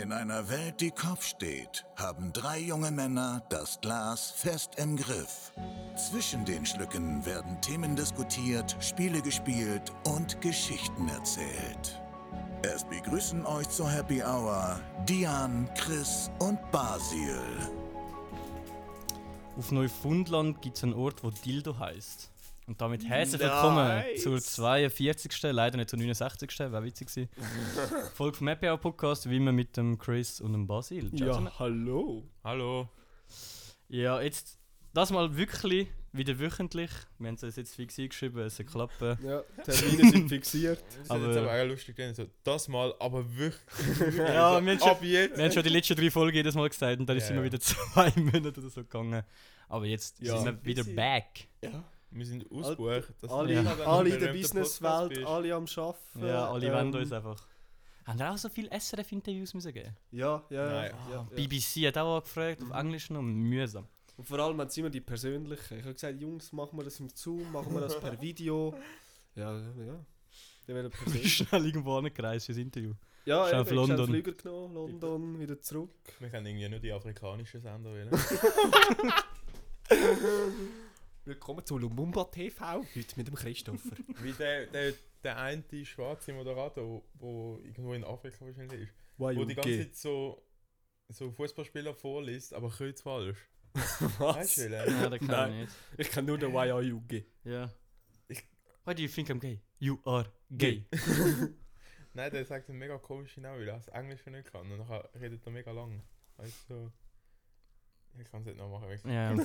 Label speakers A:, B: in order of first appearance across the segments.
A: In einer Welt, die Kopf steht, haben drei junge Männer das Glas fest im Griff. Zwischen den Schlücken werden Themen diskutiert, Spiele gespielt und Geschichten erzählt. Es begrüßen euch zur Happy Hour Dian, Chris und Basil.
B: Auf Neufundland gibt es einen Ort, wo Dildo heißt. Und damit herzlich willkommen
C: Nice.
B: zur 42. leider nicht zur 69. wäre witzig gewesen. Folge vom Happy Hour Podcast, wie immer mit dem Chris und dem Basil. Ciao zusammen.
C: hallo.
D: Hallo.
B: ja, jetzt das mal wirklich wieder wöchentlich. Wir haben es jetzt fix eingeschrieben, es hat klappen.
C: Ja, Termine sind fixiert.
D: Das
B: Aber-
D: aber jetzt aber auch lustig denn so das mal, aber wirklich.
B: Ja, wir haben schon-
D: ab jetzt.
B: Wir haben schon die letzten drei Folgen jedes Mal gesagt und dann ist es
D: Ja,
B: immer
D: ja.
B: wieder zwei Monate oder so gegangen. Aber jetzt
C: Ja.
B: sind wir wieder
D: Busy.
B: back.
D: Wir sind ausgebucht. Das
C: Alle,
D: ist-
B: Ja.
C: alle in
D: wenn du
C: der
D: ein berühmter Podcast
C: Businesswelt,
D: bist.
C: alle am Schaffen.
B: Ja, alle wollen
C: ähm,
B: uns einfach. Haben wir auch so viele SRF-Interviews müssen geben?
C: Ja, ja, ja,
B: Ah,
D: Nein.
C: ja, Mhm. ja.
B: BBC hat auch gefragt, auf Englisch noch, mühsam.
C: Und vor allem haben sie immer die persönlichen. Ich habe gesagt, Jungs, machen wir das im Zoom, machen wir das per Video. Ja, ja, ja. Die werden
B: Bist
C: persönlich.
B: schnell irgendwo angereist fürs Interview. Schnell
C: Ja, ja,
B: auf
C: ich habe schnell
B: London.
C: Flüger genommen, London, wieder zurück.
D: Wir können irgendwie nur die afrikanischen Sender wählen.
C: Willkommen zu Lumumba TV, heute mit dem Christopher.
D: Wie der, der, der eine schwarze Moderator, wo irgendwo in Afrika wahrscheinlich ist.
C: Why
D: Wo die ganze Zeit so, so Fußballspieler vorliest, aber kreuz falsch. Weißt du,
C: Was?
D: Wilhelm?
B: Ja, das kann ich
C: Nein.
B: nicht.
C: Ich kann nur den YAUG.
B: Ja.
D: Ich-
B: Why do you think I'm gay? You are gay.
D: Nein, der sagt einen mega komischen Namen, weil er das Englische nicht kann. Und nachher redet er mega lang. Also. Ich kann es nicht noch machen, weil ich
B: Ja.
D: ich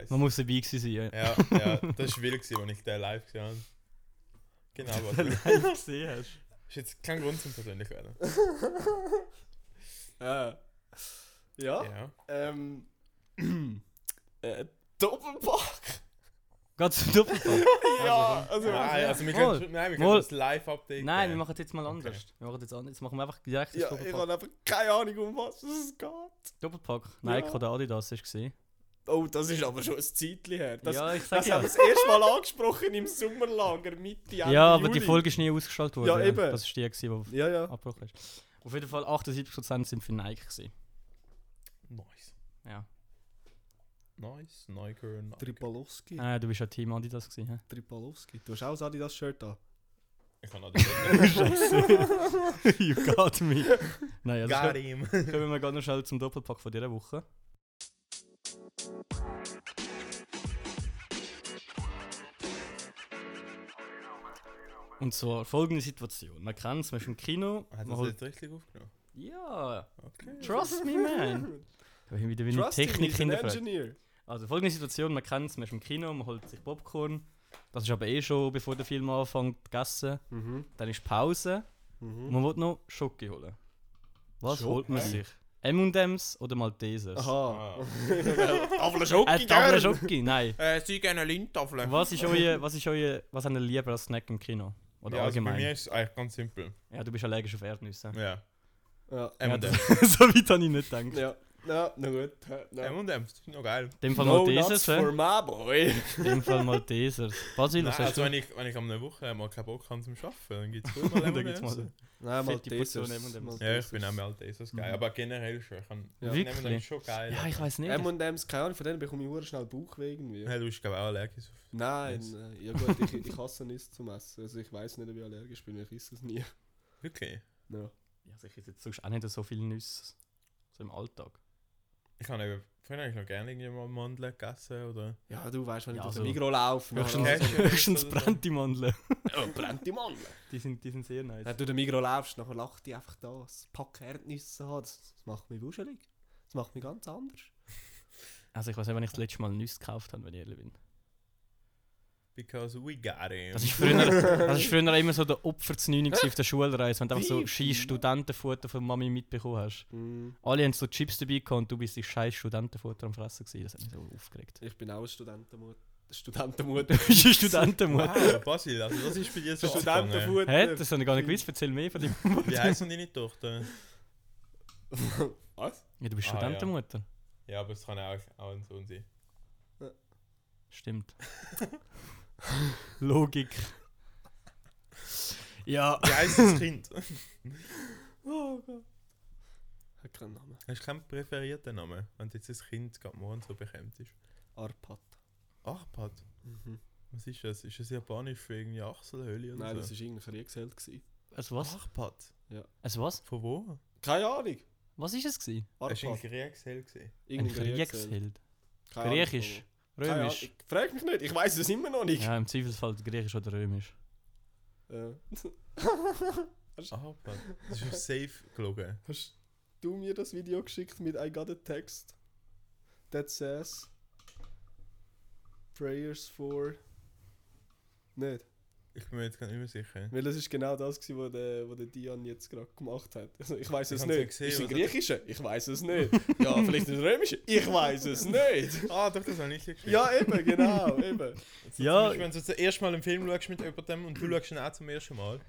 D: weiss.
B: Man muss dabei gewesen sein, ja.
D: Ja, ja, das war wild, gewesen, als ich den live gesehen habe. Genau, aber das
B: live gesehen hast.
D: ist jetzt kein Grund zum persönlich werden.
C: Äh. Ja.
D: Ja.
C: Ähm. äh, Doppelpack!
B: Geht zum Doppelpack.
C: Ja, also.
D: Nein, also wir
B: Mal.
D: können, nein, wir können
B: Mal.
D: das Live-Update
B: Nein, wir
D: geben.
B: machen es jetzt mal anders. Wir machen jetzt anders. Jetzt machen wir einfach direkt das
C: Ja, ich
B: Doppelpack.
C: habe einfach keine Ahnung, um was es geht.
B: Doppelpack. Nike
C: Ja.
B: oder Adidas hast du gesehen.
C: Oh, das ist aber schon ein Zeitchen her. Das,
B: ja, ich sag
C: das haben
B: ja.
C: wir das erste Mal angesprochen im Sommerlager, Mitte, Ende
B: Ja, aber die
C: Juli.
B: Oh, Folge ist nie ausgestrahlt worden.
C: Ja, eben.
B: Das ist die, gewesen, die
C: Ja, ja.
B: abgebrochen ist. Auf jeden Fall 78% sind für Nike gewesen.
D: Nice.
B: Ja.
D: Nice, Nike, Nike.
C: Tripalowski.
B: Ah, du bist ja Team Adidas gewesen, hä?
C: Tripalowski. Du hast auch das Adidas-Shirt an.
D: Ich kann auch das
B: you got me. Nein, also
D: Got him.
B: Kommen wir ganz schnell zum Doppelpack von dieser Woche. Und zwar folgende Situation. Man kennt es, man ist im Kino.
D: Hat
B: Man
D: das
B: holt,
D: jetzt richtig aufgenommen?
B: ja,
D: Okay.
B: trust me, man. Da haben wieder wenig
C: Trust him,
B: Technik
C: he's an
B: hinterfragt.
C: Engineer.
B: Also folgende Situation, man kennt es, man ist im Kino, man holt sich Popcorn. Das ist aber eh schon, bevor der Film anfängt, gegessen.
C: Mhm.
B: Dann ist Pause. Und
C: Mhm.
B: man will noch Schoki holen. Was
C: Schoki?
B: holt man sich? M&M's oder Maltesers?
C: Aha.
D: Ah.
C: Tafel Schoki,
B: Eine Tafel Schoki? Nein.
D: Äh, Sie gerne eine Lindtafel.
B: Was ist euer, was ist euer, was habt ihr lieber als Snack im Kino? Oder
D: ja, also bei
B: allgemein?
D: mir ist es eigentlich ganz simpel.
B: ja, du bist allergisch auf Erdnüsse.
D: Ja.
C: Ja,
B: Ja,
D: M&M's.
B: so weit habe ich nicht gedacht.
C: ja. Ja, na gut. Ja. nou.
D: M&M's, das ist noch geil.
B: In dem Fall
C: no nuts
B: Maltesers, hä?
C: for my boy.
B: In dem Fall Maltesers. Basil,
D: Nein,
B: was hast
D: also
B: du?
D: wenn ich, wenn ich am einer Woche mal keinen Bock habe zum Arbeiten, dann gibt es wohl mal
B: Da gibt's
D: M&M's.
B: mal-
C: Nein,
B: Fette Portion M&M's.
D: Ja, ich bin auch mal Jesus geil, aber generell schon. Ich kann
C: Ja.
D: ich nehme das
B: Wirklich?
D: schon geil.
B: Ja, ich weiß nicht.
C: M&M's, keine Ahnung, von denen bekomme ich hure schnell Bauchweh irgendwie.
D: Hey, du bist glaube ich auch allergisch. auf-
C: Nein,
D: Nice.
C: nein. ja gut, ich, ich hasse Nüsse zum Essen. Also ich weiß nicht, ob ich allergisch bin, ich esse es nie.
D: Wirklich?
C: Ja.
B: Ja, also ich esse jetzt sonst auch nicht so viele Nüsse. So im Alltag.
D: Ich kann eben, vorhin habe ich noch gerne irgendwie mal Mandeln gegessen oder...
C: Ja, du weißt, wenn
B: Ja,
C: ich durch
B: also-
C: den Migro laufe,
B: Höchstens,
D: Ja,
C: nachher-
D: Cashew-Nüsse
B: höchstens
D: oder so.
B: brennt die Mandeln.
C: ja, Oh, brennt die Mandeln.
B: Die sind, die sind sehr nice.
C: Wenn du den Migro laufst, nachher lacht die einfach da. Das Packen Erdnüsse an, das, das macht mich wuschelig. Das macht mich ganz anders.
B: Also ich weiß nicht, wenn ich das letzte Mal Nüsse gekauft habe, wenn ich ehrlich bin.
D: Because we got him.
B: Das ist früher, das ist früher immer so der Opfer zu 9 auf der Schulreise, wenn du einfach so
C: Wie?
B: scheiß Studentenfutter von Mami mitbekommen hast.
C: Mm,
B: Alle haben so Chips dabei gehabt und du bist die scheiß Studentenfutter am Fressen gewesen. Das hat mich so aufgeregt.
C: Ich bin auch eine Studentenmut Studentenmutter.
B: Du bist eine Studentenmutter.
D: Wow, Basil, also das ist bei dir so angefangen.
C: Studentenfutter.
B: Hä? Das habe ich gar nicht gewusst. Erzähl mehr von dir.
D: Wie heisst denn deine Tochter?
C: Was?
B: Ja, du bist
D: Ah, ja.
B: Studentenmutter.
D: Ja, aber es kann auch, auch ein Sohn sein.
B: Stimmt. Logik. Ja.
D: Wie heisst das Kind?
C: Oh Gott. Hat keinen Namen.
D: Hast du keinen präferierten Namen, wenn jetzt ein Kind gerade morgen so bekämpft ist?
C: Arpad.
D: Arpad?
C: Mhm.
D: Was ist das? Ist das japanisch für irgendwie Achselhöhle oder
C: Nein,
D: so?
C: das war irgendein Kriegsheld. Gewesen.
B: Es was?
D: Arpad?
B: Es was?
D: Von wo?
C: Keine Ahnung!
B: Was ist es gewesen?
D: Hast du einen
C: Arpad.
D: Kriegsheld gesehen?
B: Ein
C: Irgendein
B: Kriegsheld.
C: Keine Ahnung,
B: Griechisch.
C: wo. Keine
B: Römisch.
C: Ahnung. Frag mich nicht, ich weiß es immer noch nicht.
B: Ja, im Zweifelsfall griechisch oder römisch.
C: Äh,
D: Arpad? Ah, Das ist auf Safe gelogen.
C: hast du mir das Video geschickt mit I got a text that says prayers for... Nicht.
D: Ich bin mir jetzt gar nicht mehr sicher.
C: Weil das ist genau das, gewesen, was der, was der Dian jetzt gerade gemacht hat. Also ich weiß
D: Ich
C: es
D: hab's ja
C: nicht.
D: gesehen,
C: ist es ein
D: oder?
C: griechischer? Ich weiß es nicht. ja, vielleicht ein römischer? Ich weiß es nicht.
D: Ah, doch, das habe ich dir geschickt.
C: Ja, eben, genau, eben.
D: So
B: Ja.
D: Zum Beispiel, wenn du zum ersten Mal einen Film schaust mit jemandem und du schaust ihn auch zum ersten Mal.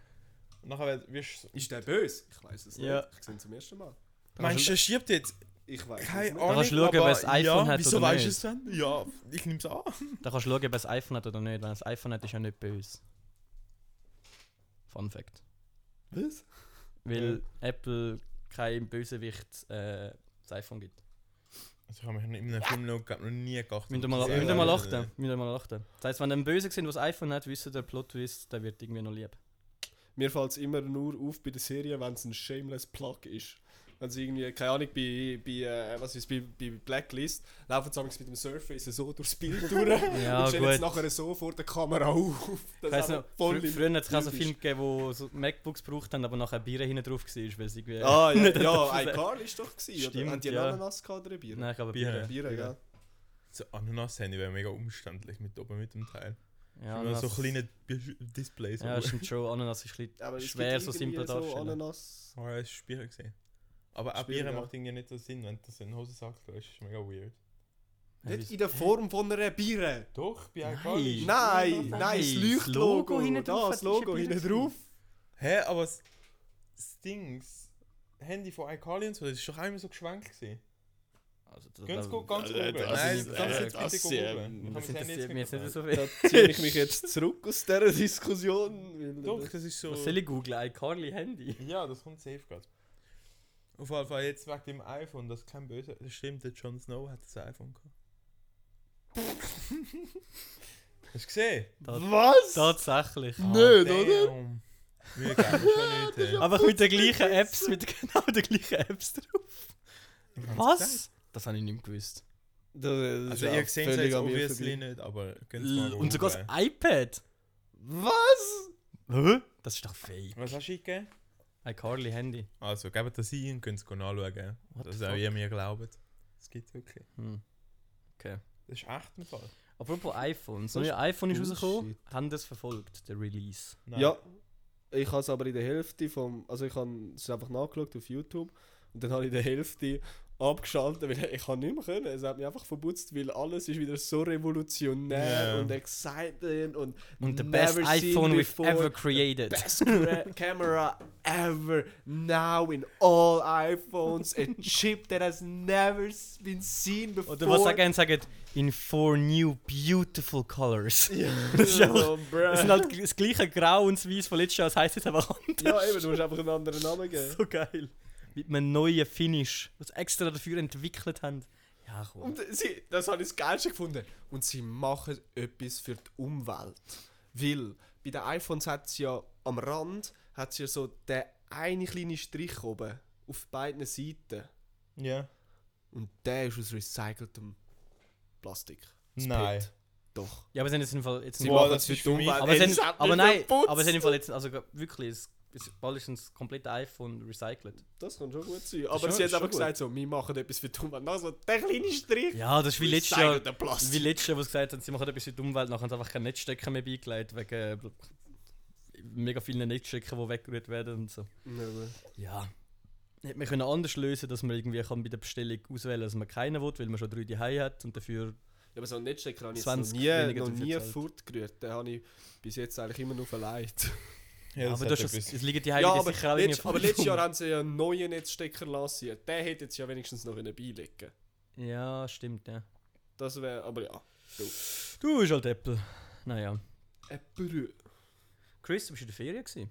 D: Und nachher wirst du.
C: Ist der böse? Ich weiß es
B: Ja.
C: nicht. Ich sehe ihn zum ersten Mal.
D: Meinst du, der schiebt jetzt?
C: Ich weiß es
D: Keine
C: nicht.
D: Ahnung.
B: Also, kannst du schauen,
D: aber
B: wer das iPhone
D: ja,
B: hat
D: Wieso
B: oder
D: weißt du
B: nicht.
D: es denn? Ja, ich nehme es an. Also,
B: Da kannst du schauen, ob er ein iPhone hat oder nicht. Wenn er ein iPhone hat, ist er nicht böse. Fun Fact.
C: Was?
B: Weil Apple kein Bösewicht äh, das iPhone gibt.
D: Also ich habe mich in einem Film noch, glaub, noch nie geachtet.
B: Müsst ihr mal,
D: Sehr
B: müsst ihr mal
D: leid.
B: achten. Müsst ihr mal achten. Das heisst, wenn ein Böse sind, was iPhone hat, wissen der Plot Twist, der wird irgendwie noch lieb.
C: Mir fällt es immer nur auf bei der Serie, wenn es ein shameless Plug ist. Wenn sie irgendwie, keine Ahnung, bei, bei, äh, was ist, bei, bei Blacklist laufen sie manchmal mit dem Surface so durchs Bild durch
B: Ja,
C: und stellen
B: gut.
C: es nachher so vor der Kamera auf.
B: Ich weiss noch, fr
C: im
B: früher hat es auch so
C: Bild ist.
B: Filme gegeben, wo so MacBooks gebraucht haben, aber nachher Bier hinten drauf war, weil sie irgendwie...
C: Ah, ja,
B: nicht
C: ja
B: dürfen sagen.
C: iCarly ist doch gewesen,
B: Stimmt,
C: oder? Haben die
B: ja.
C: ja. Ananas gehabt oder ein Bier?
B: Nein, ich glaube
D: Bier.
B: Bier.
C: Bier, ja.
D: So Ananas-Handy wäre mega umständlich mit oben mit dem Teil.
B: Ja,
D: Immer so
B: Ananas-
D: kleine Dis- Displays.
B: Ja, stimmt schon. Ananas ist ein
C: Aber
B: bisschen schwer, so simpel
C: so
B: darstellen.
C: Ananas.
D: Aber Ah, es ist Bier gesehen. Aber auch
C: Spiel,
D: Bier
C: ja.
D: macht irgendwie nicht so Sinn, wenn du das in den Hosensack tust. ist mega weird.
B: Ja,
C: Nicht in der Form von einer Biere.
D: Doch, bei
B: Nein.
D: Alkali.
C: Nein,
B: Nein,
C: nein,
B: das
C: das Leuchtlogo.
B: Logo hinten drauf
C: Da,
B: hat
C: das Logo
B: schon
C: hinten
B: Bier
C: drauf.
D: Hä, aber das das Ding, das Handy von Alkali und so, das ist doch auch immer so geschwenkt gewesen.
B: Also,
D: Ganz gut, ganz gut.
C: äh,
D: Nein,
C: das
D: das
C: ist-
D: kannst du
C: äh,
D: jetzt
C: das
D: bitte
C: ist, ähm,
D: googeln.
B: Wir
D: Ich
B: sind
D: habe mein Handy
B: jetzt
D: jetzt
B: nicht
D: nicht
B: so
C: Da
B: viel.
C: ziehe ich mich jetzt zurück aus dieser Diskussion. weil-
D: Doch, das ist so...
B: Was soll ich googlen? iCarly Handy?
D: Ja, das kommt safe gerade. Auf jeden Fall jetzt wegen dem iPhone, das ist kein böse. Das stimmt, der Jon Snow hat das iPhone gehabt. Hast du gesehen?
C: Was?
B: Tatsächlich.
C: Nicht, oder?
D: damn. Wir geben schon nicht. ey.
B: Einfach mit den gleichen Apps, mit genau den gleichen Apps drauf. Was? Das habe ich nicht mehr gewusst.
C: Das, das
D: Also
C: ist ja
D: ihr seht es
C: völlig
D: jetzt
C: an mir
D: obviously
C: vorbei.
D: nicht, aber ganz
B: L und sogar das iPad.
C: Was?
B: Hä? Das ist doch fake.
D: Was hast du gegeben?
B: iCarly Handy.
D: Also, gebt das ein und könnt es anschauen.
B: What
D: Dass
B: the
D: auch
B: fuck?
D: ihr mir glaubt. Das gibt es wirklich.
B: Hm.
D: Das ist echt ein Fall.
B: Apropos iPhone. Das
C: Das ist
B: neue iPhone ist
C: Bullshit.
B: rausgekommen. Haben das verfolgt, der Release.
D: Nein.
C: Ja, ich habe es aber in der Hälfte vom. Also ich habe es einfach nachgeschaut auf YouTube und dann habe ich in der Hälfte abgeschaltet, weil ich kann nicht mehr können. Es hat mich einfach verputzt, weil alles ist wieder so revolutionär
D: Ja.
C: und exciting und
B: Und the best
C: never seen
B: iPhone we've
C: before.
B: ever created.
C: Best cra- camera ever now in all iPhones. A chip that has never s- been seen before.
B: Oder was sagen, sagen in four new beautiful colors.
C: Ja,
B: Das ist einfach-
C: so, bruh.
B: Es sind halt das gleiche Grau und das Weiß von letztes Jahr, das heisst jetzt einfach anders.
C: ja, eben, du musst einfach einen anderen Namen geben.
B: So geil. Mit einem neuen Finish, was sie extra dafür entwickelt haben. Ja, komm.
C: Und äh, sie, das habe ich das Geilste gefunden. Und sie machen etwas für die Umwelt. Weil bei den iPhones hat es ja am Rand hat's ja so den einen kleinen Strich oben auf beiden Seiten.
D: Ja.
C: Und der ist aus recyceltem Plastik. Das
D: Nein.
C: Bild. Doch.
B: Ja, aber sie haben jetzt im Fall. Jetzt
C: Sie
D: Boah,
C: machen
D: das
C: es für
D: ist
C: die
D: für mich-
C: Umwelt.
B: aber sie
C: Ey, das
B: haben,
C: hat eh
B: aber
C: mich
B: nein,
C: verputzt.
B: aber sie haben im Fall jetzt. Also wirklich, es, es, bald ist das komplette iPhone recycelt.
C: Das kann schon gut sein.
B: ist schon-
C: Aber sie
B: ist
C: hat
B: schon
C: einfach
B: gut.
C: gesagt, so, wir machen etwas für die Umwelt. Also, der kleine Strich.
B: Ja, das ist wie letztes Jahr.
C: recycelter Plastik.
B: Wie letztes Jahr, wo sie gesagt haben, sie machen etwas für die Umwelt, nachher haben sie einfach keine Netzstecker mehr beigelegt, wegen äh, mega vielen Netzstecker, die weggerührt werden und so.
C: Nein.
B: Ja. Hätte man können anders lösen dass man irgendwie kann bei der Bestellung auswählen dass man keinen will, weil man schon drei daheim hat und dafür.
C: Ja, aber so einen Netzstecker habe ich jetzt
B: 20
C: noch nie,
B: weniger
C: noch
B: dafür
C: nie
B: gezahlt.
C: fortgerührt. Den habe ich bis jetzt eigentlich immer nur verleiht.
D: Ja, das
B: aber
D: hat
B: das ist,
D: etwas.
B: es liegen die Heim
C: ja, aber,
B: sicher auch
C: letzt,
B: irgendwie
C: aber letztes Jahr haben sie ja einen neuen Netzstecker lanciert. Den hätten sie ja wenigstens noch können beilegen können.
B: Ja, stimmt, ja.
C: Das wäre, aber ja.
B: Du bist halt Apple. Naja.
C: Ein Brü.
B: Chris, du bist in der Ferien gewesen.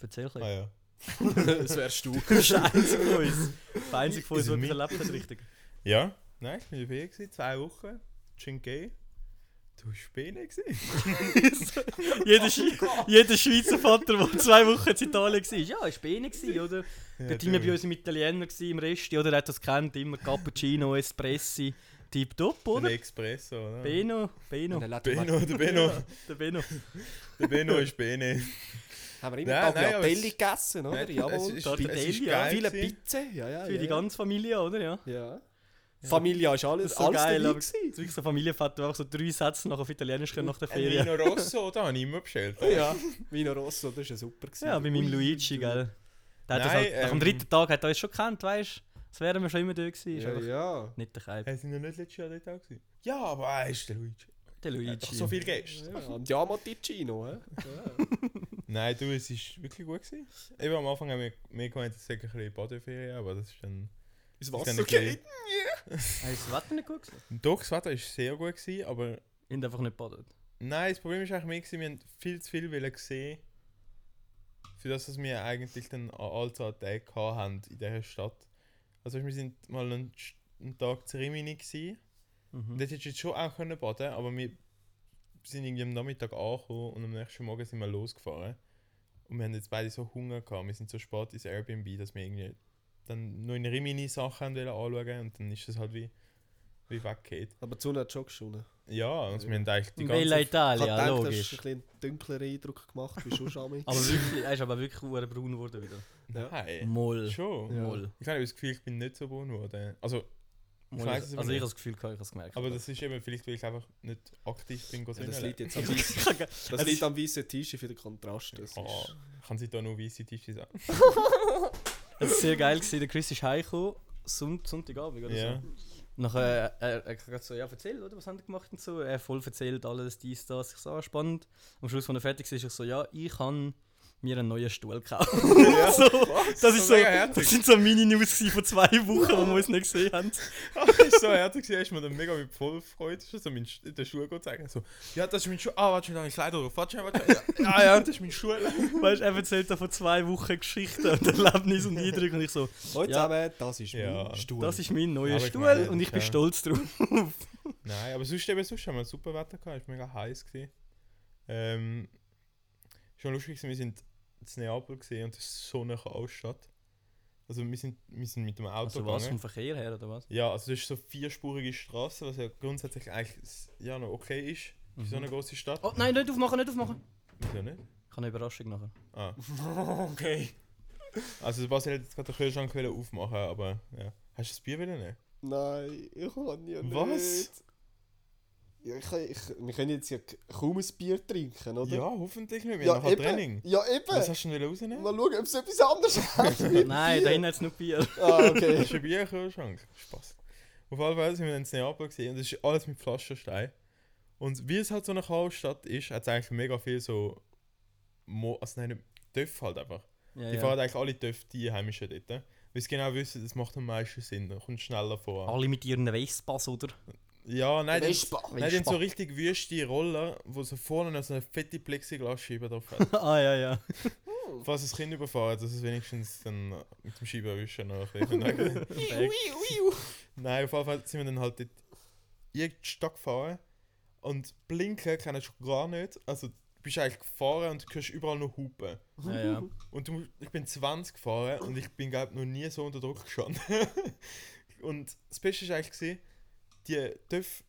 B: Erzähl ein bisschen.
D: Ah ja.
C: das wärst du.
B: Scheiße von uns. Der einzige von uns,
D: Ist
B: der
D: mein-
B: etwas erlebt hat, richtig.
D: Ja, nein, ich war in der Ferien, gewesen, zwei Wochen, Chingay. Du warst Spanien. gewesen.
B: Jeder,
D: Oh
B: Sch jeder Schweizer Vater, der zwei Wochen in Italien war, ja, war Spanien, gewesen, oder? Ja,
D: Ja,
B: war immer bei
D: du.
B: uns im Italiener gewesen, im Resti, oder? Er hat das kennt, immer Cappuccino, Espressi, tipptopp,
D: Ein
B: oder?
D: Espresso, oder?
B: Beno, Beno,
C: Dann laden wir-
D: Beno, der Beno.
B: der Beno.
D: Der Beno ist Bene.
C: Haben wir
D: Nein,
C: immer
D: nein, aber es-
C: Tagliatelli gegessen, oder?
D: Nein, es
C: Jawohl.
D: ist-
B: Tortellini,
D: es ist
B: ja.
D: geil
C: Viele
D: gewesen.
C: Pizza, ja, ja.
B: Für
C: ja,
B: die
C: ja.
B: ganze Familie, oder? Ja.
C: Ja. Familie ist
B: Das
C: alles,
B: ist so
C: alles
B: geil.
C: dabei
B: Aber, das
C: gewesen.
B: ist wirklich so ein Familienvater, der einfach so drei Sätze noch auf Italienisch kann nach der
D: Ein
B: Ferien.
D: Vino Rosso, da habe ich immer bestellt.
C: Ja, Vino Rosso, das ist ja super. Gewesen.
B: Ja, bei meinem Luigi, gell? Der hat das
D: Nein,
B: halt, nach dem
D: ähm,
B: dritten Tag hat er uns schon gekannt, weißt du? Das wären wir schon immer da gewesen. Ist
C: Ja,
B: einfach
C: ja.
B: nicht der Keib.
D: Haben sie noch nicht letztes Jahr dort auch gewesen? Ja, aber er ist der Luigi.
B: Der
D: Er
B: Luigi.
D: hat doch Äh, so viel Gäste.
C: ja. Andiamo Ticino, hä?
D: Nein, du, es ist wirklich gut gewesen. Eben am Anfang haben wir, wir gemeint, es sei ein bisschen Badeferien, aber das ist dann...
C: Ins
D: ist dann
C: Wasser
D: ein bisschen-
C: geht.
B: Hast du das Wetter nicht gut gesehen?
D: Doch, das Wetter war sehr gut, gewesen, aber...
B: Ich bin einfach nicht badet.
D: Nein, das Problem war eigentlich mehr, gewesen, wir haben viel zu viel wollen sehen. Für das, was wir eigentlich dann an all zwei Tagen gehabt haben in dieser Stadt. Also wir sind mal einen, Sch- einen Tag zu Rimini gewesen.
B: Mhm.
D: Und dort hättest du jetzt schon auch können baden aber wir sind irgendwie am Nachmittag angekommen und am nächsten Morgen sind wir losgefahren. Und wir haben jetzt beide so Hunger gehabt. Wir sind so spät ins Airbnb, dass wir irgendwie dann nur in Rimini Sachen haben wollen anschauen und dann ist das halt wie, wie weggeht.
C: Aber die Sonne hat schon geschonen.
D: Ja, und wir haben eigentlich die
B: In
D: ganze
B: Bella
C: Ich
B: Italia,
C: hab gedacht, du hast
B: logisch.
C: ein bisschen einen dunkleren Eindruck gemacht, wie schon schon
B: Aber wirklich, er ist aber wirklich verdammt braun geworden wieder.
C: Ja.
D: Nein.
B: Moll.
D: Schon.
C: Ja.
B: Moll.
D: Ich habe das Gefühl, ich bin nicht so braun geworden. Also,
B: Moll.
D: weiss es
B: Also ich
D: aber
B: habe
D: nicht.
B: das Gefühl, gehabt, ich habe es gemerkt.
D: aber das ist eben vielleicht, weil ich einfach nicht aktiv bin.
C: Ja, das liegt jetzt am,
B: Ich
C: weissen-
B: kann-
C: das liegt am weißen Tisch für den Kontrast. Das
D: Oh,
C: ist,
D: kann sie da nur weiße Tische sein?
B: Es war sehr geil, gewesen. der Chris ist heimgekommen, Sonnt Sonntagabend oder
C: Also,
D: Ja.
B: so. Nachher, äh, er, er hat gerade so, ja erzähl, oder, was haben die gemacht und so. Er voll erzählt, alles, dies, das, ich so, ah, spannend. Am Schluss, als er fertig war, ist er so, ja, ich kann mir einen neuen Stuhl kaufen. so, das, ist so,
D: mega herzig.
B: das sind so Mini-News gewesen von zwei Wochen, die wir uns nicht gesehen haben.
D: das ist so herzig, er ist mir dann mega mit voll Freude. Ist so mein, Sch- in den Schuh zu zeigen. So, ja, das ist mein Schuh. Ah, warte, da habe ich Kleider drauf. Warte, warte. Ja, ah, ja, das ist mein Schuh.
B: Weißt du, er erzählt da von zwei Wochen Geschichten und Erlebnisse und Eindrücke und ich so,
C: Hallo
B: Ja.
C: zusammen, das ist
D: Ja.
C: mein Stuhl.
B: das ist mein neuer
D: Aber ich
B: Stuhl
D: meine,
B: und ich bin
D: ja.
B: stolz drauf.
D: Nein, aber sonst eben sonst haben wir super Wetter gehabt, es war mega heiß. Gewesen. Ähm, schon lustig, gewesen, wir sind in Neapel gesehen und das ist so eine Altstadt. Also wir sind, wir sind mit dem Auto
B: Also was, vom
D: gegangen.
B: Verkehr her oder was?
D: Ja, also das ist so vierspurige Straße, was ja grundsätzlich eigentlich s- ja noch okay ist für so eine große Stadt.
B: Oh nein, nicht aufmachen, nicht aufmachen!
D: Wieso nicht?
B: Ich habe eine Überraschung nachher.
D: Ah. okay. Also der Basel hätte jetzt gerade den Kühlschrank wollen aufmachen, aber ja. Hast du das Bier wieder nehmen?
C: Nein, ich kann ja nicht.
D: Was?
C: Ja, ich, ich, wir können jetzt ja k- kaum ein Bier trinken, oder?
D: Ja, hoffentlich nicht. Wir
C: Ja,
D: haben nachher
C: eben.
D: Training.
C: Ja,
D: Was
C: eben.
D: hast du denn rausnehmen?
C: Mal schauen, ob es etwas anderes hat.
B: Nein, da hinten hat es nur Bier.
C: ah,
D: Das
C: okay.
D: ist ein Bierkühlschrank. Spaß. Auf alle Fälle sind wir dann in Neapel gesehen und es ist alles mit Pflasterstein. Und wie es halt so eine Chaosstadt ist, hat es eigentlich mega viel so. Mo also nein, Töpfe halt einfach.
B: Ja,
D: Die
B: ja.
D: fahren eigentlich alle Töpfe, die Einheimischen dort. Weil sie genau wissen, das macht am meisten Sinn, da kommt schneller vor.
B: Alle mit ihren Vespas, oder?
D: Ja, nein, die,
C: Vespa.
D: nein, die haben so richtig wüste Roller, wo so vorne noch so eine fette Plexiglasscheibe drauf hat.
B: ah, ja, ja.
D: Falls das Kind überfahren, dass es wenigstens dann mit dem Scheibenwischer noch ein bisschen Nein, auf jeden Fall sind wir dann halt dort irgendwie Stock gefahren und blinken kann ich gar nicht. Also du bist eigentlich gefahren und du hörst überall nur Hupen.
B: ja, ja.
D: Und du, musst- ich bin 20 gefahren und ich bin glaube noch nie so unter Druck gestanden. und das Beste war eigentlich, gewesen, die Töpfe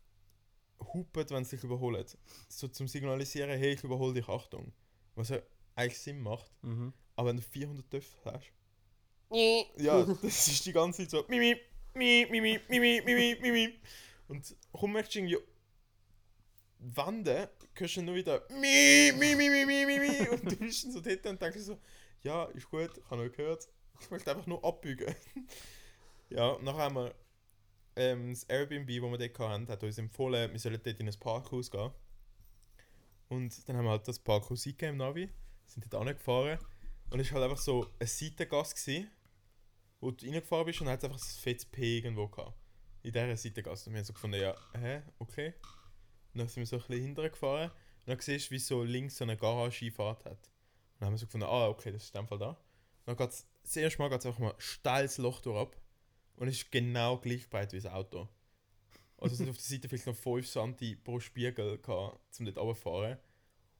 D: hupen, wenn sie dich überholen. So zum Signalisieren, hey, ich überhole dich, Achtung. Was ja eigentlich Sinn macht.
B: Mhm.
D: Aber wenn du 400 Töpfe hast, ja, das ist die ganze Zeit so. Mimi, Mimi, Mimi, Mimi, Mimi, Mimi. Und komm, merkst du irgendwie Wände, hörst du nur wieder Mimi, Mimi, Mimi, Mimi. Und du bist dann so dort und denkst so, ja, ist gut, ich habe noch gehört. Ich möchte einfach nur abbiegen. ja, und nachher haben wir ähm, das Airbnb, das wir dort hatten, hat uns empfohlen, wir sollen dort in ein Parkhaus gehen. Und dann haben wir halt das Parkhaus eingegeben im Navi, sind dort angefahren. Und es war halt einfach so eine Seitengasse. Gewesen wo du reingefahren bist und hat einfach ein fettes P irgendwo gehabt. In dieser Seitengasse. Und wir haben so gefunden, ja, hä, okay. Und dann sind wir so ein bisschen hinterher gefahren und dann siehst du, wie so links so eine Garage-Einfahrt hat. Und dann haben wir so gefunden, ah, okay, das ist in dem Fall da. Dann geht's, das erste Mal geht es einfach mal steiles Loch durch ab. Und es ist genau gleich breit wie das Auto. Also es sind auf der Seite vielleicht noch 5 cm pro Spiegel, gehabt, um dort runterzufahren.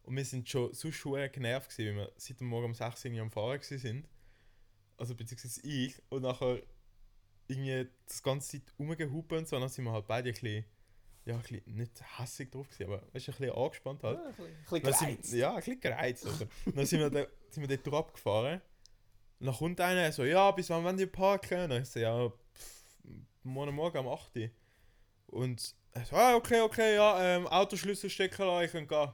D: Und wir sind schon so schwer genervt, gewesen, weil wir seit dem Morgen um 6 Uhr irgendwie am Fahren gewesen sind. Also beziehungsweise ich. Und nachher irgendwie das ganze Zeit rumgehupen und so. Und dann sind wir halt beide ein bisschen, ja, ein bisschen nicht hässig drauf gewesen, aber weißt, du, ein bisschen angespannt halt.
C: Ein bisschen
D: Dann sind-
C: gereizt.
D: Ja, ein bisschen gereizt. Oder? dann sind wir, da, sind wir dort drauf gefahren. Dann kommt einer er so, ja, bis wann wollen die parken? Und ich so, ja, pff, morgen Morgen um 8 Uhr. Und er so, ah, okay, okay, ja, ähm, Autoschlüssel stecken lassen, ich kann gehen.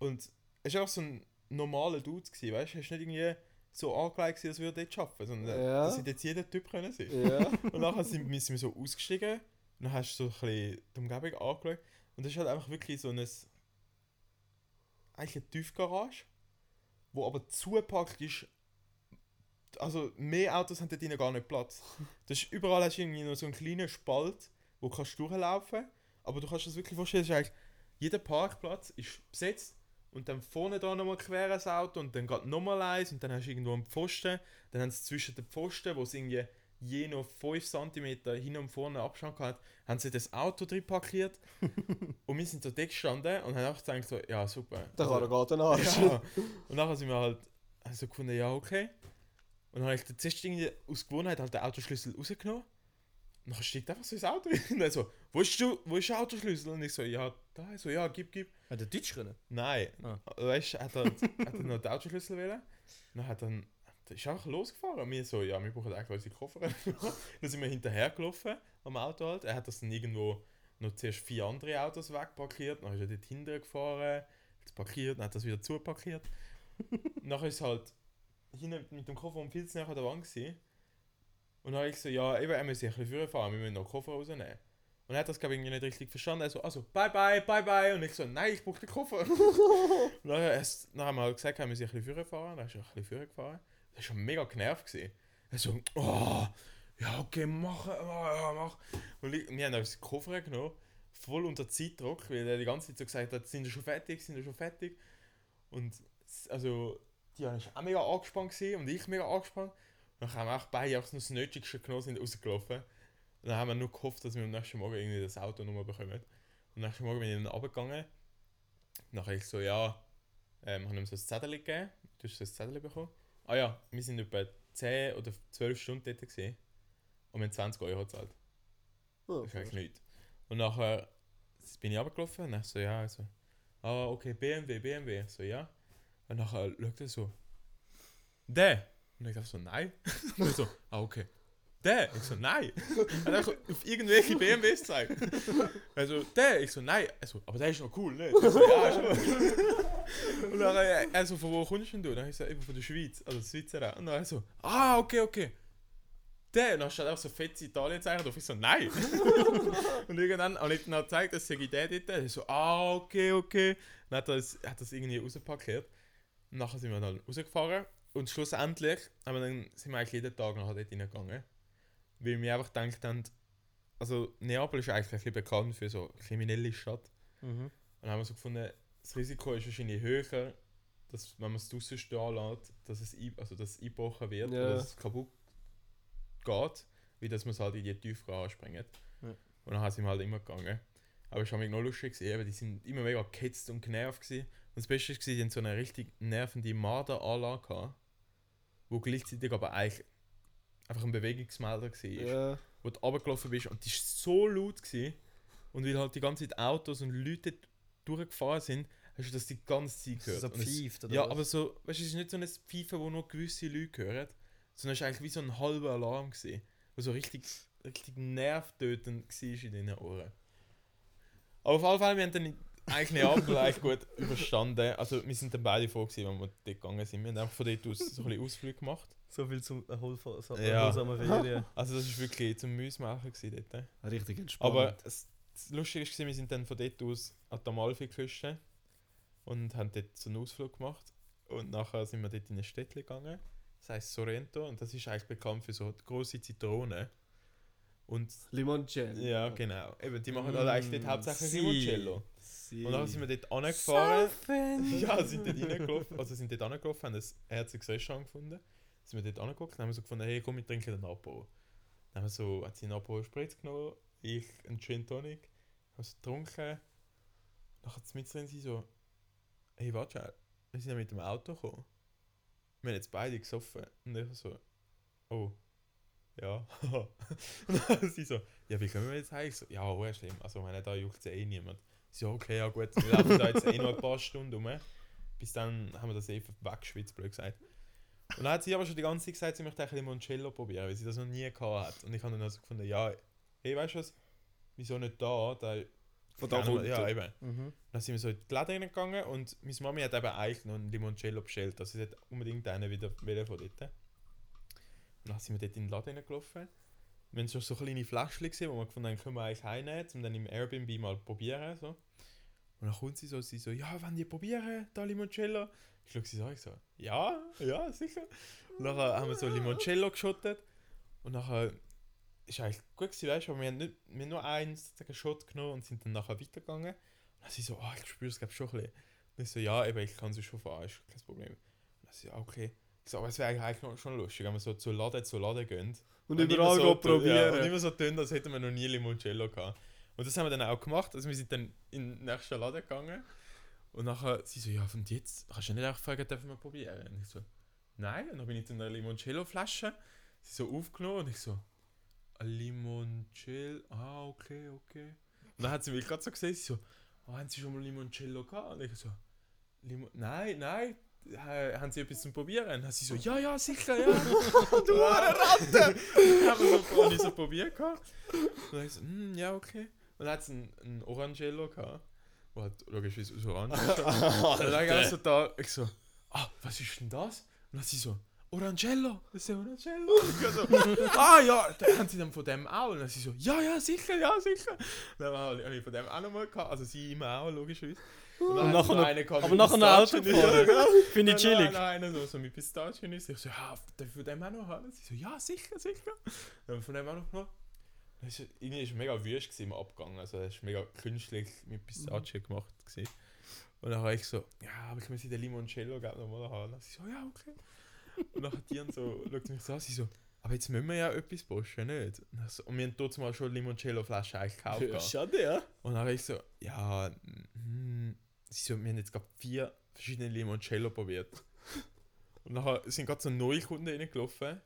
D: Und es war einfach so ein normaler Dude, gewesen, weißt du, er ist nicht irgendwie so angelegt, gewesen, als würde er dort arbeiten, sondern
C: Ja.
D: das hätte jetzt jeder Typ können sein.
C: Ja.
D: Und nachher sind wir, sind wir so ausgestiegen und dann hast du so ein bisschen die Umgebung angeschaut. Und das ist halt einfach wirklich so ein. eigentlich eine Tiefgarage, wo aber zugepackt ist. Also mehr Autos haben dort drinnen gar nicht Platz. Das ist, überall hast du irgendwie nur so einen kleinen Spalt, wo du kannst durchlaufen Aber du kannst dir das wirklich vorstellen, das ist eigentlich, jeder Parkplatz ist besetzt. Und dann vorne da nochmal quer ein Auto und dann geht nochmal eins und dann hast du irgendwo einen Pfosten. Dann haben sie zwischen den Pfosten, wo es irgendwie je noch 5 cm hin und vorne Abstand gehabt, haben sie das Auto drin parkiert. und wir sind so dick gestanden und haben auch gedacht, so, ja super. Also,
C: Da kann er gerade den Arsch.
D: Ja. Und nachher sind wir halt also gefunden, ja, okay. Und dann habe ich den zuerst irgendwie aus Gewohnheit halt den Autoschlüssel rausgenommen. Und dann steigt einfach so ins Auto rein. Und er so, wo ist, du, wo ist der Autoschlüssel? Und ich so, ja, da. Er so, ja, gib, gib.
B: Hat er Deutsch können?
D: Nein.
B: Ah.
D: Weißt du, hat er, hat er noch den Autoschlüssel wählen? Dann hat dann dann ist er einfach losgefahren. Und wir so, ja, wir brauchen eigentlich unsere Koffer. dann sind wir hinterhergelaufen am Auto halt. Er hat das dann irgendwo noch zuerst vier andere Autos wegparkiert. Dann ist er dort hinten gefahren, hat es parkiert, dann hat das wieder zuparkiert. Nachher ist halt hinten mit dem Koffer um viel zu nah an der Wand gewesen. Und dann habe ich so, ja, eben, er muss ein bisschen früher fahren, wir müssen noch den Koffer rausnehmen. Und er hat das, glaube ich, irgendwie nicht richtig verstanden. Er so, also, bye bye, bye bye. Und ich so, nein, ich brauche den Koffer. und dann, erst, dann haben wir halt gesagt, er muss ein bisschen früher fahren. Dann ist er ein bisschen früher gefahren. Er war schon mega genervt. Gewesen. Er so, oh, ja, okay, mach, oh, ja, mach. Und ich, wir haben uns den Koffer genommen, voll unter Zeitdruck, weil er die ganze Zeit so gesagt hat, sind wir schon fertig, sind wir schon fertig. Und s- also, Diana war auch mega angespannt gewesen, und ich mega angespannt. Und dann haben wir auch beide einfach nur das Nötigste genommen, sind rausgelaufen. Und dann haben wir nur gehofft, dass wir am nächsten Morgen irgendwie das Auto nochmal bekommen. Und am nächsten Morgen bin ich dann runtergegangen. Nachher ich so, ja, ähm, habe ihm so ein Zettel gegeben. Du hast so ein Zettel bekommen. Ah ja, wir sind etwa 10 oder 12 Stunden dort gewesen. Und wir haben 20 Euro gezahlt.
C: Oh,
D: Das ist eigentlich nichts. Und nachher bin ich runtergelaufen und dann so, ja, also, ah, okay, BMW, BMW. Ich So, ja. Und nachher schaut er so, der. Und ich dachte so, nein. Und er so, ah, okay. Der. Ich so, nein. Und er so, auf irgendwelche BMWs zeigt. Also, der. Ich so, nein. Also, aber der ist noch cool, ne? Ich so, ja, schon. Und dann äh, er so, von wo kommst denn du? Und dann hab ich so, eben von der Schweiz, also Schweizer. Und dann er so, ah, okay, okay. Der. Und dann steht auch so fette Italien-Zeichen drauf. Ich so, nein. Und irgendwann habe ich dann auch gezeigt, dass sie der dort ist. So, ah, okay, okay. Dann hat das, hat das irgendwie rausgepackt. Und nachher sind wir dann rausgefahren. Und schlussendlich haben wir dann, sind wir eigentlich jeden Tag nachher dort reingegangen. Weil wir einfach gedacht haben, also Neapel ist eigentlich ein bisschen bekannt für so kriminelle Stadt.
B: Mhm.
D: Und dann haben wir so gefunden, das Risiko ist wahrscheinlich höher, dass wenn man es draußen stehen lässt, dass es, ein- also, dass es eingebrochen wird
C: Ja.
D: oder dass es kaputt geht, wie dass man es halt in die Tiefgarage sprengt.
B: Ja.
D: Und dann sind wir halt immer gegangen. Aber es war mich noch lustig, gewesen, weil die sind immer mega gehetzt und genervt. Gewesen. Und das Beste war, die haben so eine richtig nervende Marderanlage gehabt, wo gleichzeitig aber eigentlich einfach ein Bewegungsmelder war
C: Ja.
D: wo du runtergelaufen bist und die war so laut gewesen. und weil halt die ganze Zeit Autos und Leute dort durchgefahren sind, hast du das die ganze Zeit
B: Ist das
D: gehört.
B: so
D: Und es-
B: pfeift oder
D: ja,
B: was?
D: aber so, weißt du, es ist nicht so ein Pfeifen, wo nur gewisse Leute hören, sondern es war eigentlich wie so ein halber Alarm gewesen, wo so richtig, richtig nervtötend war in deinen Ohren. Aber auf alle Fälle, wir haben dann eigentlich Neapel eigentlich gut überstanden. Also wir sind dann beide froh gewesen, wenn wir dort gegangen sind. Wir haben einfach von dort aus so ein bisschen Ausflug gemacht.
B: So viel zum erholsamen
D: Ja.
B: Ferien.
D: Also das war wirklich zum Müsmachen gewesen dort.
C: Richtig entspannt.
D: Aber es, das Lustige war, wir sind dann von dort aus an die Amalfi-Küste und haben dort so einen Ausflug gemacht. Und nachher sind wir dort in eine Städtchen gegangen, das heisst Sorrento, und das ist eigentlich bekannt für so große Zitronen. Und
C: Limoncello.
D: ja, genau. Eben, die machen halt eigentlich dort hauptsächlich
B: sie.
D: Limoncello.
C: Sie.
D: Und nachher sind wir dort angefahren. Ja, sind dort reingelaufen, also sind dort angelaufen, haben ein herziges Restaurant gefunden. sind wir dort angeguckt und haben so gefunden, hey komm, wir trinken den Apo. Dann haben wir so, hat sie einen Apo Spritz genommen, ich einen Gin Tonic, haben so getrunken. Nachher mit sind sie so, hey warte schnell, wir sind ja mit dem Auto gekommen. Wir haben jetzt beide gesoffen. Und ich so, oh, ja. und dann sie so, ja wie kommen wir jetzt heim? Ich so, ja, oh, schlimm, also meine, da juckt es eh niemand. Ich so, okay, ja gut, wir laufen da jetzt eh noch ein paar Stunden rum. Bis dann haben wir das eh weggeschwitzt, blöd gesagt. Und dann hat sie aber schon die ganze Zeit gesagt, sie möchte eigentlich Limoncello probieren, weil sie das noch nie gehabt hat. Und ich habe dann also gefunden, ja, hey, weißt du was, wieso nicht da? da
C: Von da runter.
D: Ja, eben.
B: Mhm.
D: Dann sind wir so in die Läden reingegangen und meine Mami hat eben eigentlich noch einen Limoncello bestellt. Also sie hat unbedingt einen wieder wollen von dort. Und dann sind wir dort in den Laden reingelaufen. Wir haben schon so kleine Fläschchen gesehen, wo wir gefunden haben, können wir eigentlich heimnehmen, um dann im Airbnb mal probieren. So. Und dann kommt sie so, sie so, ja, wenn die probieren, da Limoncello. Ich schaue sie so, an, ich so, ja, ja, sicher. Und nachher haben wir so Limoncello geschottet. Und nachher ist eigentlich gut gewesen, weißt du, aber wir haben, nicht, wir haben nur einen sozusagen Shot genommen und sind dann nachher weitergegangen. Und dann sie so, ah, ich spüre es, glaube schon ein bisschen. Und ich so, ja, eben, ich kann es schon fahren, ist kein Problem. Und dann sie, ah, okay. Ich so, aber es wäre eigentlich noch- schon lustig, wenn wir so zu Laden zu Laden gehen.
C: Und überall
D: immer
C: go
D: so tun- Ja,
C: probieren.
D: und immer so tun, als hätten wir noch nie Limoncello gehabt. Und das haben wir dann auch gemacht. Also wir sind dann in den nächsten Laden gegangen. Und nachher, sie so, ja, und jetzt kannst du nicht auch fragen, dürfen wir probieren? Und ich so, nein. Und dann bin ich zu einer Limoncello-Flasche. Sie so aufgenommen und ich so, ein Limoncello, ah, okay, okay. Und dann hat sie mich gerade so gesehen, sie so, oh, haben sie schon mal Limoncello gehabt? Und ich so, Limo nein, nein, äh, haben sie etwas zum Probieren? Und dann sie
B: Oh.
D: so, ja, ja, sicher, ja. du Ratte! haben wir so, habe ich so probiert gehabt. Und dann ich so, hm, ja, okay. Und dann hat sie einen, einen Orangello gehabt. Wo halt, logisch, ist aus Orange. ist. Und dann habe ich auch so da, ich so, ah, was ist denn das? Und dann sie so, Orangello, das ist der Orangello. Und ich so, ah ja, dann haben sie dann von dem auch. Und dann sie so, ja, ja, sicher, ja, sicher. Und dann habe ich von dem auch nochmal gehabt, also sie immer auch, logischerweise. Und
B: Und
D: dann hat
B: nachher
D: noch
B: noch-
D: einer gehabt
B: aber
D: mit
B: nachher noch Auto
D: Pistazien- Ja,
B: gefahren.
D: genau.
B: Finde ich
D: Dann
B: chillig.
D: noch einer so, so mit Pistazien-Nüsse. Ich so, ja, darf ich von dem auch noch haben? Sie so, ja, sicher, sicher. Dann haben wir von dem auch noch genommen. Dann ist- Irgendwie war es mega wüst gewesen im Abgang. Also, es war mega künstlich mit Pistazien
B: Mhm.
D: gemacht. Gewesen. Und dann habe ich so, ja, aber ich muss in den Limoncello gerne nochmal haben. Dann sie so, ja, okay. Und nachher die haben so, schaut sie mich so an, sie so, aber jetzt müssen wir ja etwas posten, nicht? Und, dann so, und wir haben dort mal schon Limoncello-Flaschen eigentlich gekauft.
C: Ja,
D: gehabt.
C: Schade, ja.
D: Und dann habe ich so, ja, hm, sie so, wir haben jetzt gerade vier verschiedene Limoncello probiert. Und nachher sind gerade so neue Kunden reingelaufen.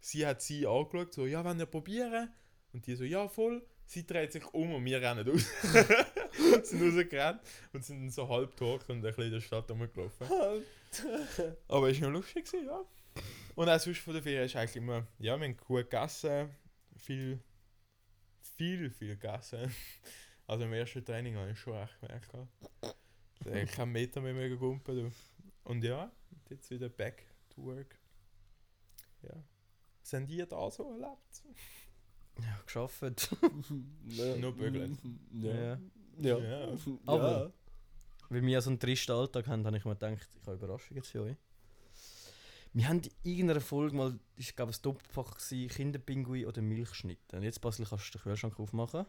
D: Sie hat sie angeschaut, so, ja, wollen wir probieren? Und die so, ja, voll. Sie dreht sich um und wir rennen aus. sind rausgerannt und sind dann so halb tot und ein bisschen in der Stadt rumgelaufen. Aber es war noch lustig, gewesen, ja. Und auch sonst von der Ferien ist eigentlich immer, ja, wir haben gut gegessen, viel, viel, viel gegessen. Also im ersten Training habe ich schon recht gemerkt. gehabt. Da habe ich keinen Meter mehr mehr gegumpen. du. Und ja, jetzt wieder back to work. Ja. Sind die da so erlebt?
B: Ja, geschafft.
D: Nur bügeln.
C: Ja. Ja.
D: Ja.
B: Aber- Weil wir so einen tristen Alltag haben, habe ich mir gedacht, ich habe Überraschungen für euch. Wir haben in irgendeiner Folge mal, ich glaube, es war Topfach, gewesen, Kinderpinguin oder Milchschnitte. Und jetzt, Basil, kannst du den Kühlschrank aufmachen.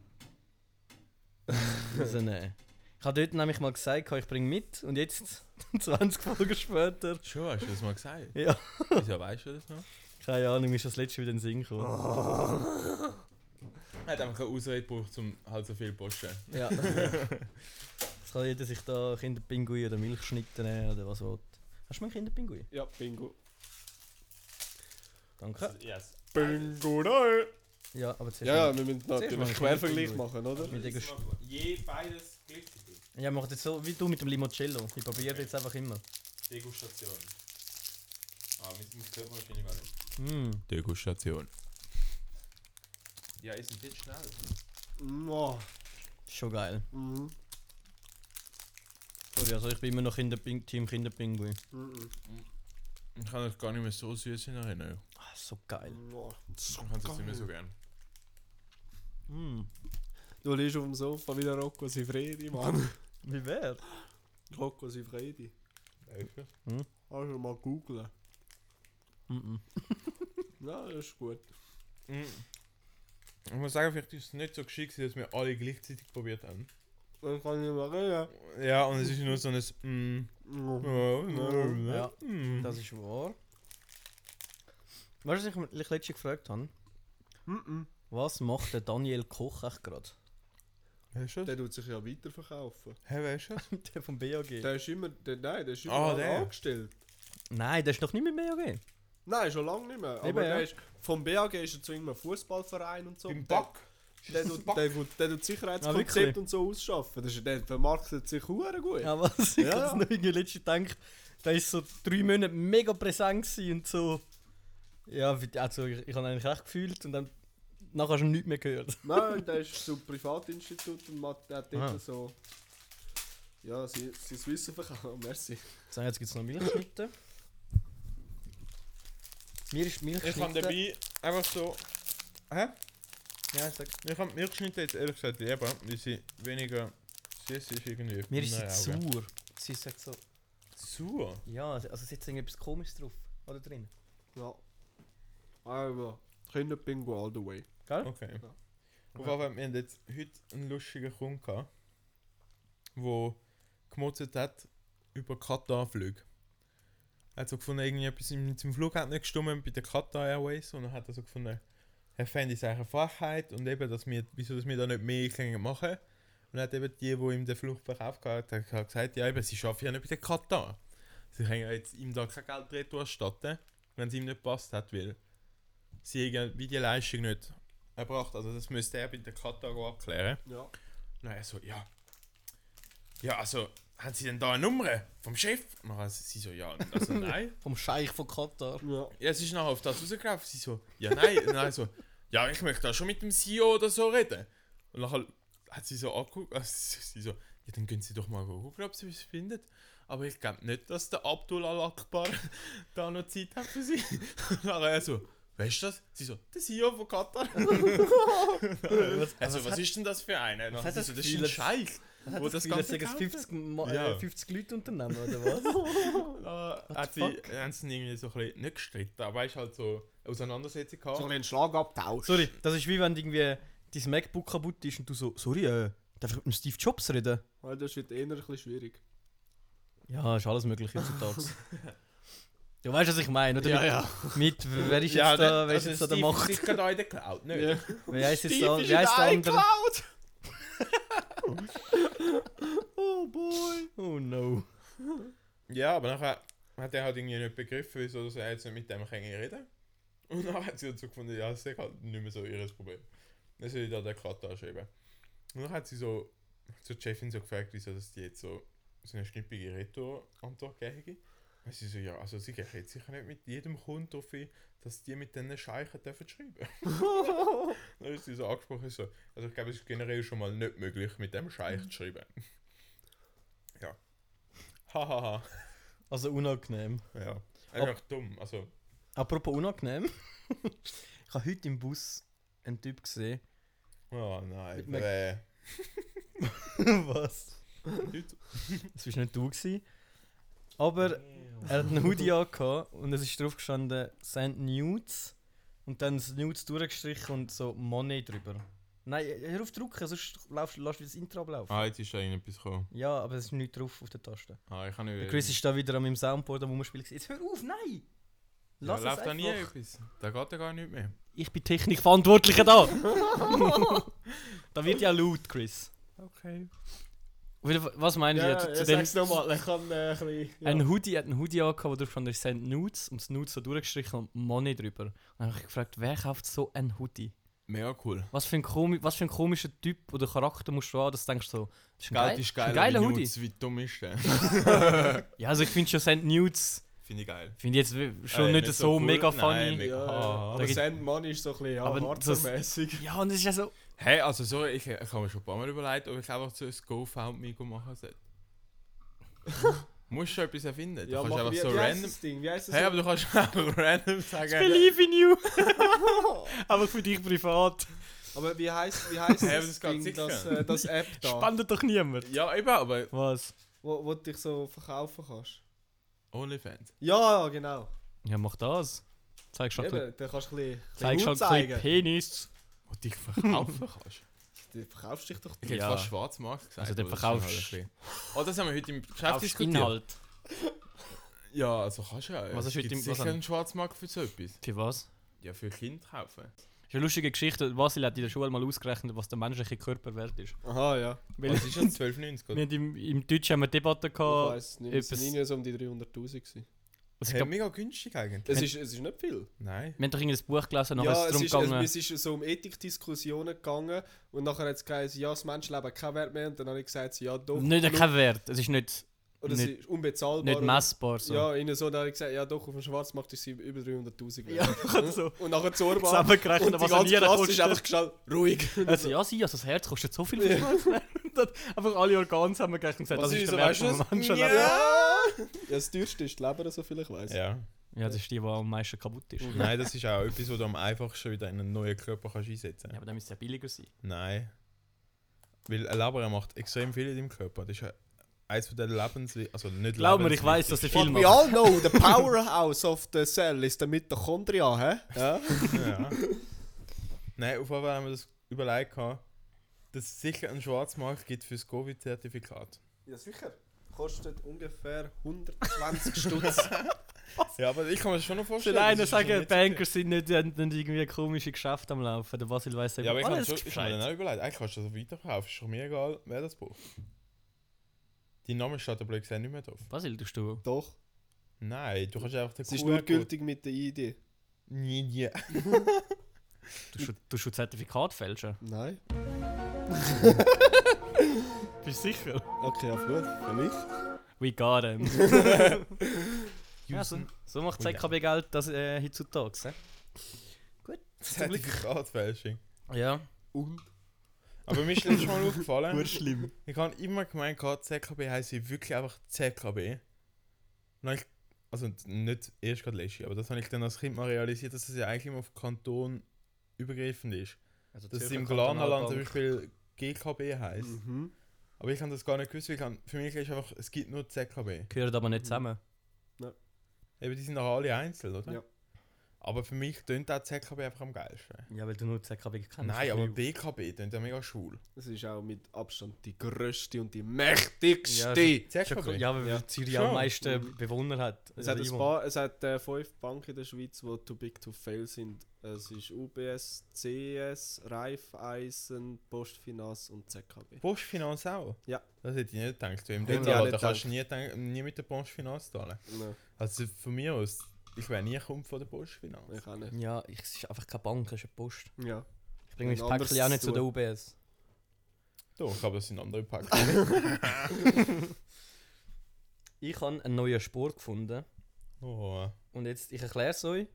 B: also, nein. Ich habe dort nämlich mal gesagt, ich bringe mit. Und jetzt, 20 Folgen später.
D: Schon, hast du das mal gesagt?
B: Ja,
D: Wieso weißt du das noch?
B: keine Ahnung, mir ist das letzte wieder in den Sinn gekommen.
D: Er hat einfach eine Ausrede gebraucht, um halt so viel zu posten.
B: Ja. Jetzt kann jeder sich da Kinderpinguin oder Milchschnitte nehmen oder was will. Hast du mal einen Kinderpinguin?
C: Ja, bingo.
B: Danke.
D: Yes.
C: Bingo, nein.
B: Ja, aber zuerst.
C: Ja, ja, wir müssen
B: Zuerst mal
C: natürlich
B: ein
C: Quervergleich
B: Kinderpinguin.
C: machen, oder?
B: Mit der Gesch-
D: Je beides gleichzeitig.
B: ja, macht jetzt so wie du mit dem Limoncello. Ich probiere jetzt einfach immer.
D: Degustation. Ah, mich, mich hört man wahrscheinlich gar nicht.
B: Mm.
D: Degustation. Ja, ist ein bisschen schnell.
C: Mua.
B: Schon geil.
C: Mhm.
B: Sorry, also ich bin immer noch Kinderping Team Kinderpinguin.
C: Mhm.
D: Ich kann das gar nicht mehr so süß in Erinnerung.
B: Ah, so geil.
C: Mua.
D: Ich kann das nicht mehr so gern.
B: Mm.
C: Du liegst auf dem Sofa wie der Rocco Sifredi, Mann.
B: Wie wär?
C: Rocco Sifredi. Kannst du mal googeln.
B: Mm -mm.
C: Ja, das ist gut.
D: Mhm. Ich muss sagen, vielleicht ist es nicht so geschickt, dass wir alle gleichzeitig probiert haben.
C: Ich kann nicht mehr reden.
D: Ja, und es ist nur so ein. Mm, oh, no,
B: Ja.
D: mm.
B: Das ist wahr. Weißt du, was ich mich letztens gefragt habe?
C: Mhm.
B: Was macht der Daniel Koch echt gerade?
D: Weißt du das?
C: Der tut sich ja weiterverkaufen.
D: Hä, weißt du das?
B: der vom BAG.
C: Der ist immer. Der, nein, der ist immer
D: Ah, der.
C: angestellt.
B: Nein, der ist doch nicht mehr im BAG.
C: Nein, schon lange nicht mehr. Aber
B: Eben, ja.
C: der ist, vom BAG ist er zu irgendeinem Fußballverein und so.
D: Beim
C: Der-
D: Back.
C: Der tut, der, tut- der tut
B: Ah,
C: Sicherheitskonzept
B: wirklich?
C: und so ausschaffen. Das ist, der vermarktet sich hure gut.
B: Ja, was? Ich
C: Ja,
B: ja.
C: ja.
B: habe noch irgendwie letztens gedacht, der ist so drei Monate mega präsent gewesen und so. Ja, wie- also ich, ich habe eigentlich recht gefühlt und dann nachher hast du nichts mehr gehört.
C: Nein, der ist zum Privatinstitut und macht- der hat dort
B: Ah.
C: so. Ja, sein sein Wissen verkauft. Merci.
B: So, jetzt gibt es noch Milchschnitte. Mir ist Milchschnitte.
D: Ich habe dabei einfach so. Hä?
B: Ja, sag.
D: Ich habe Milchschnitte jetzt ehrlich gesagt lieber, weil sie weniger süß ist irgendwie.
B: Mir ist
D: Nein,
B: sie
D: Augen.
B: sauer. Sie sagt so,
D: Sauer?
B: ja, also es ist irgendetwas komisches drauf. Oder drin.
C: Ja. Aber Kinderbingo all the way.
B: Gell?
D: Okay.
C: Ja.
D: Auf jeden Fall, wir haben jetzt heute einen lustigen Kunden gehabt, der gemotzt hat über Katar-Flüge. Er hat so gefunden, irgendetwas im, im Flug hat nicht gestimmt bei der Qatar Airways und dann hat er so gefunden, er fände es eigentlich eine Frechheit und eben, dass wir, wieso dass wir da nicht mehr können machen Und hat eben die, die ihm den Flug verkauft hat, hat gesagt, ja eben, sie arbeiten ja nicht bei der Qatar. Sie können ja jetzt ihm da kein Geld retour erstatten, wenn es ihm nicht passt hat, weil sie irgendwie die Leistung nicht erbracht. Also das müsste er bei der Qatar abklären.
C: Ja.
D: Naja, so, ja. Ja, also, haben Sie denn da eine Nummer vom Chef? Und dann sie so, ja, also nein.
B: Vom Scheich von Katar.
C: Ja.
D: ja, es ist nachher auf das rausgelaufen. Sie so, ja, nein. Und dann so, ja, ich möchte da schon mit dem CEO oder so reden. Und nachher hat sie so angeguckt, also sie so, ja, dann gehen Sie doch mal gucken, ob Sie was finden. Aber ich glaube nicht, dass der Abdul Al-Akbar da noch Zeit hat für Sie. Und nachher so, weißt du das? Sie so, der CEO von Katar. Also, was, ist denn das für einer?
B: hat das
D: Also, das ist ein
B: Gefühl,
D: Scheich, wo
B: Das
D: das
B: Ganze
D: Ganze
B: sagen es
D: gekauft
B: 50, Ma-
D: Ja.
B: äh, 50 Leute unternehmen, oder was?
D: hat. Äh, hat sie, haben sie irgendwie so ein bisschen nicht gestritten, aber es halt so eine Auseinandersetzung gehabt.
C: So ein bisschen Schlagabtausch.
B: sorry, das ist wie wenn irgendwie dein MacBook kaputt ist und du so, sorry, äh, darf ich mit dem Steve Jobs reden?
C: Weil das wird eher ein bisschen schwierig.
B: Ja, ist alles möglich heutzutage. du weißt, was ich meine, oder?
C: ja.
B: Mit, mit wer ist jetzt da, wer ist jetzt da der Macht?
D: Ich gerade auch in der Cloud, nicht?
C: Ja.
B: Wer ist jetzt
C: Steve
B: da,
C: ist
B: wer
C: in
B: ist der andere?
C: der Oh boy.
B: Oh no.
D: Ja, aber nachher hat er halt irgendwie nicht begriffen, wieso dass er jetzt nicht mit dem kann reden Und nachher hat sie dann so gefunden, ja, das ist halt nicht mehr so ihr Problem. Dann soll ich da den Katar schreiben. Und dann hat sie so zur Chefin so gefragt, wieso dass die jetzt so, so eine schnippige Retour-Antwort gegeben hätte. Und sie so, ja, also sie geht jetzt sicher nicht mit jedem Kunden darauf ein, dass die mit diesen Scheichen dürfen schreiben. dann ist sie so angesprochen, so, also ich glaube, es ist generell schon mal nicht möglich, mit dem Scheich zu schreiben. ja. Hahaha.
B: Also unangenehm.
D: Ja.
B: Ab-
D: Einfach dumm. Also,
B: Apropos unangenehm. ich habe heute im Bus einen Typ gesehen.
D: oh nein.
B: Mit Mac-
D: bäh.
B: was?
D: Heute-
B: Das war nicht du. Gewesen. Aber er hat einen Hoodie angehabt und es ist drauf gestanden Send Nudes und dann das Nudes durchgestrichen und so Money drüber. Nein, hör auf zu drücken, sonst laufst, lässt du das Intro ablaufen.
D: Ah, jetzt ist da irgendetwas gekommen.
B: Ja, aber es ist nichts drauf auf der Taste.
D: Ah, ich kann nicht.
B: Der Chris ist da wieder an meinem Soundboard am Rumspielen. gewesen. Jetzt hör auf, nein!
D: ja,
B: Lass es
D: läuft da
B: einfach.
D: nie etwas. Da geht ja gar nicht mehr.
B: Ich bin Technikverantwortlicher da! da wird ja laut, Chris.
D: Okay.
B: Auf jeden Fall, Was meinen
C: Ja,
B: wir zu,
C: ja,
B: zu dem?
C: sag's nochmal. Ich kann äh, ein bisschen... Ja.
B: Ein Hoodie hat einen Hoodie angehabt, wo drauf stand, er sendet Nudes und das Nudes so durchgestrichen und Money drüber. Und dann habe ich gefragt, wer kauft so einen Hoodie?
D: Mega cool.
B: Was für ein, komi was für ein komischer Typ oder Charakter musst du haben, dass du denkst so, das ist ein,
D: Geld
B: geil-
D: ist
B: das
D: geil.
B: ein geiler Hoodie.
D: Wie dumm ist der?
B: Ja, also ich finde schon Send Nudes,
D: Finde ich geil.
B: finde ich jetzt we- schon
D: Äh,
B: nicht, so
D: cool.
B: mega funny.
D: Nein, mega.
C: Ja,
D: Ah,
C: aber
B: da gibt-
C: Sand Money ist so ein bisschen ja,
B: Aber das-
C: harzer-mäßig.
B: Ja, und es ist ja so,
D: Hey, also sorry, ich, ich habe mir schon ein paar Mal überlegt, ob ich einfach so ein GoFundMe machen soll. Musst schon etwas erfinden. Du
C: Ja,
D: kannst
C: mach-
D: einfach
C: wie,
D: so
C: wie heisst
D: random.
C: das Ding? Wie heisst das?
D: Hey, aber du kannst einfach random sagen.
B: believe in you. Aber für dich privat.
C: Aber wie heisst, wie heisst
D: Hey, aber
C: das,
D: das geht
C: Ding,
D: sicher.
C: das, äh, das App da,
B: Spannt doch niemand.
D: Ja, eben, aber
B: Was?
C: wo, wo du dich so verkaufen kannst?
D: OnlyFans.
C: Ja, genau.
B: Ja, mach das. Zeig schon ein bisschen-
C: Eben, da kannst du ein bisschen, ein
B: zeig schon
C: bisschen Mut
B: ein bisschen
C: zeigen.
B: Penis.
D: Wo du dich verkaufen kannst.
C: du verkaufst dich doch.
D: Ich hätte
B: Ja.
D: fast Schwarzmarkt gesagt.
E: Also dann
D: aber das ist schon
E: verkaufst-
D: halt ein bisschen- Oh, das haben wir heute im Geschäft
E: Kaufst
D: diskutiert.
E: Inhalt.
D: Ja, also kannst du ja.
E: Was
D: Es
E: ist heute
D: gibt
E: im- was
D: sicher
E: haben-
D: einen Schwarzmarkt für so etwas?
E: Für was?
D: Ja, für Kinder kaufen.
B: Das ist eine lustige Geschichte. Wasil hat in der Schule mal ausgerechnet, was der menschliche Körper wert ist.
C: Aha, ja.
B: Weil
D: Was ist das? 12,90?
B: wir
D: oder?
B: haben im, im Deutschen haben wir Debatte
C: Ich
B: gehabt.
C: weiss es nicht. Es
B: etwas- Also
C: sind irgendwie so um die 300.000 gewesen.
E: Also ich
D: Hey,
E: glaub,
D: mega günstig eigentlich.
C: Es ist, es ist nicht viel.
D: Nein.
B: wir haben doch irgendein Buch gelesen, nachher
C: Ja,
B: ist
C: es
B: es
C: ist,
B: darum
C: es,
B: gegangen.
C: es ist so um Ethikdiskussionen gegangen und nachher hat es geheißen, ja, das Menschenleben hat keinen Wert mehr. Und dann habe ich gesagt, ja, doch.
E: nicht kein Wert. Es ist nicht,
C: Oder es
E: nicht-
C: ist unbezahlbar.
E: nicht
C: oder-
E: messbar. So.
C: Ja, in so, dann habe ich gesagt, ja doch, auf dem Schwarzmarkt ist sie über 300'000
B: Ja,
C: wert.
B: gerade so.
C: Und nachher Zorba. Und
B: Zusammengerechnet,
C: die
B: was er
C: ganze
B: nie
C: Klasse ist
B: kostet.
C: einfach schnell ruhig.
B: Also ja, sie, also das Herz kostet so viel. Ja. einfach alle Organe zusammengerechnet und gesagt,
C: Was
B: das ist
C: ist
B: der Wert
C: das?
B: von
C: Weißt du
B: Menschen.
C: Ja, das teuerste ist die Leber, soviel ich weiß.
D: Ja.
B: Ja, das ist die, die am meisten kaputt ist.
C: Mhm.
B: Ja,
D: Nein, das ist auch etwas, wo du am einfachsten wieder in einen neuen Körper kannst einsetzen kannst.
B: aber dann müsste es ja billiger sein.
D: Nein. Weil ein Leber er macht extrem viel in deinem Körper. Das ist ja eins von den Lebens... Also nicht
B: Glaub mir, ich
D: Lebenswichtig-
B: weiß, dass der
C: What
B: Film
C: we all know, the powerhouse of the cell is the mitochondria, hä? Ja.
D: Ja. Nein, auf jeden Fall haben wir das überlegt, gehabt, dass es sicher einen Schwarzmarkt gibt für das Covid-Zertifikat.
C: Ja, sicher. Kostet ungefähr 120 Stutz.
D: Ja, aber ich kann mir das schon noch vorstellen.
B: Soll einer
D: das ist schon
B: sagen,
D: nicht so
B: Banker sind nicht, die haben nicht irgendwie komische Geschäfte am Laufen. Der Basil weiß eben
D: viel. Ja, aber ich kann,
B: alles
D: schon, ich kann mir
B: Bescheid.
D: dann auch überlegt. Eigentlich kannst du das weiterverkaufen. Ist doch mir egal, wer das braucht. Dein Name steht da blöd gesagt nicht mehr drauf.
B: Basil, tust du?
C: Doch.
D: Nein, du kannst einfach den
C: Es ist
D: QR-Code-
C: nur gültig mit der ID.
D: Nie, nie.
B: Tust du, tust du Zertifikat fälschen?
C: Nein.
B: Bist du sicher?
C: Okay, auf gut. Für mich.
B: We got him. ja, so,
D: Usen
B: so macht
D: We
B: ZKB Geld das äh, heutzutage. hä?
D: Zertifikatfälschung.
B: Ja.
C: Und?
D: Aber mir ist letztes Mal aufgefallen,
C: schlimm.
D: Ich habe immer gemeint, gehabt, ZKB heiße wirklich einfach ZKB. Und ich, also nicht erst gerade letztes, aber das habe ich dann als Kind mal realisiert, dass das ja eigentlich immer auf Kanton übergreifend ist.
B: Also
D: Dass es
B: Zürcher
D: im Glanerland zum
B: Kantonalbank.
D: Beispiel GKB heißt.
C: Mhm.
D: Aber ich habe das gar nicht gewusst, weil ich hab, für mich ist einfach, es gibt nur ZKB.
B: Gehören aber nicht zusammen.
D: Eben, die sind doch alle einzeln, oder?
C: Ja.
D: Aber für mich tönt auch ZKB einfach am geilsten.
B: Ja, weil du nur ZKB kennst.
D: Nein, aber BKB tönt ja mega schwul.
C: Das ist auch mit Abstand die grösste und die mächtigste.
D: ZKB?
B: Ja, weil
C: Ja.
B: Zürich
D: Schon.
B: am meisten Bewohner hat.
C: Es
B: Also
C: hat, ein
B: Einwohner.
C: paar, es hat äh, fünf Banken in der Schweiz, die too big to fail sind. Es ist UBS, CS, E Raiffeisen, Postfinance und ZKB.
D: Postfinanz auch?
C: Ja.
D: Das hätte ich nicht gedacht. Im
C: Hätte ich auch
D: Detail,
C: nicht
D: da kannst du nie, denk- nie mit der Postfinanz zahlen.
C: Nein,
D: Also von mir aus, ich wäre nie kommt von der Postfinanz.
C: ich auch nicht.
B: Ja, ich- es ist einfach keine Bank, es ist eine Post.
C: Ja.
B: Ich bringe mein
C: Und
B: Päckchen auch
C: anderes
B: nicht
C: zu
B: zu der UBS.
D: Doch, aber das sind andere Packen.
B: Ich habe einen neuen Sport gefunden.
D: Oh.
B: Und jetzt, ich erkläre es euch.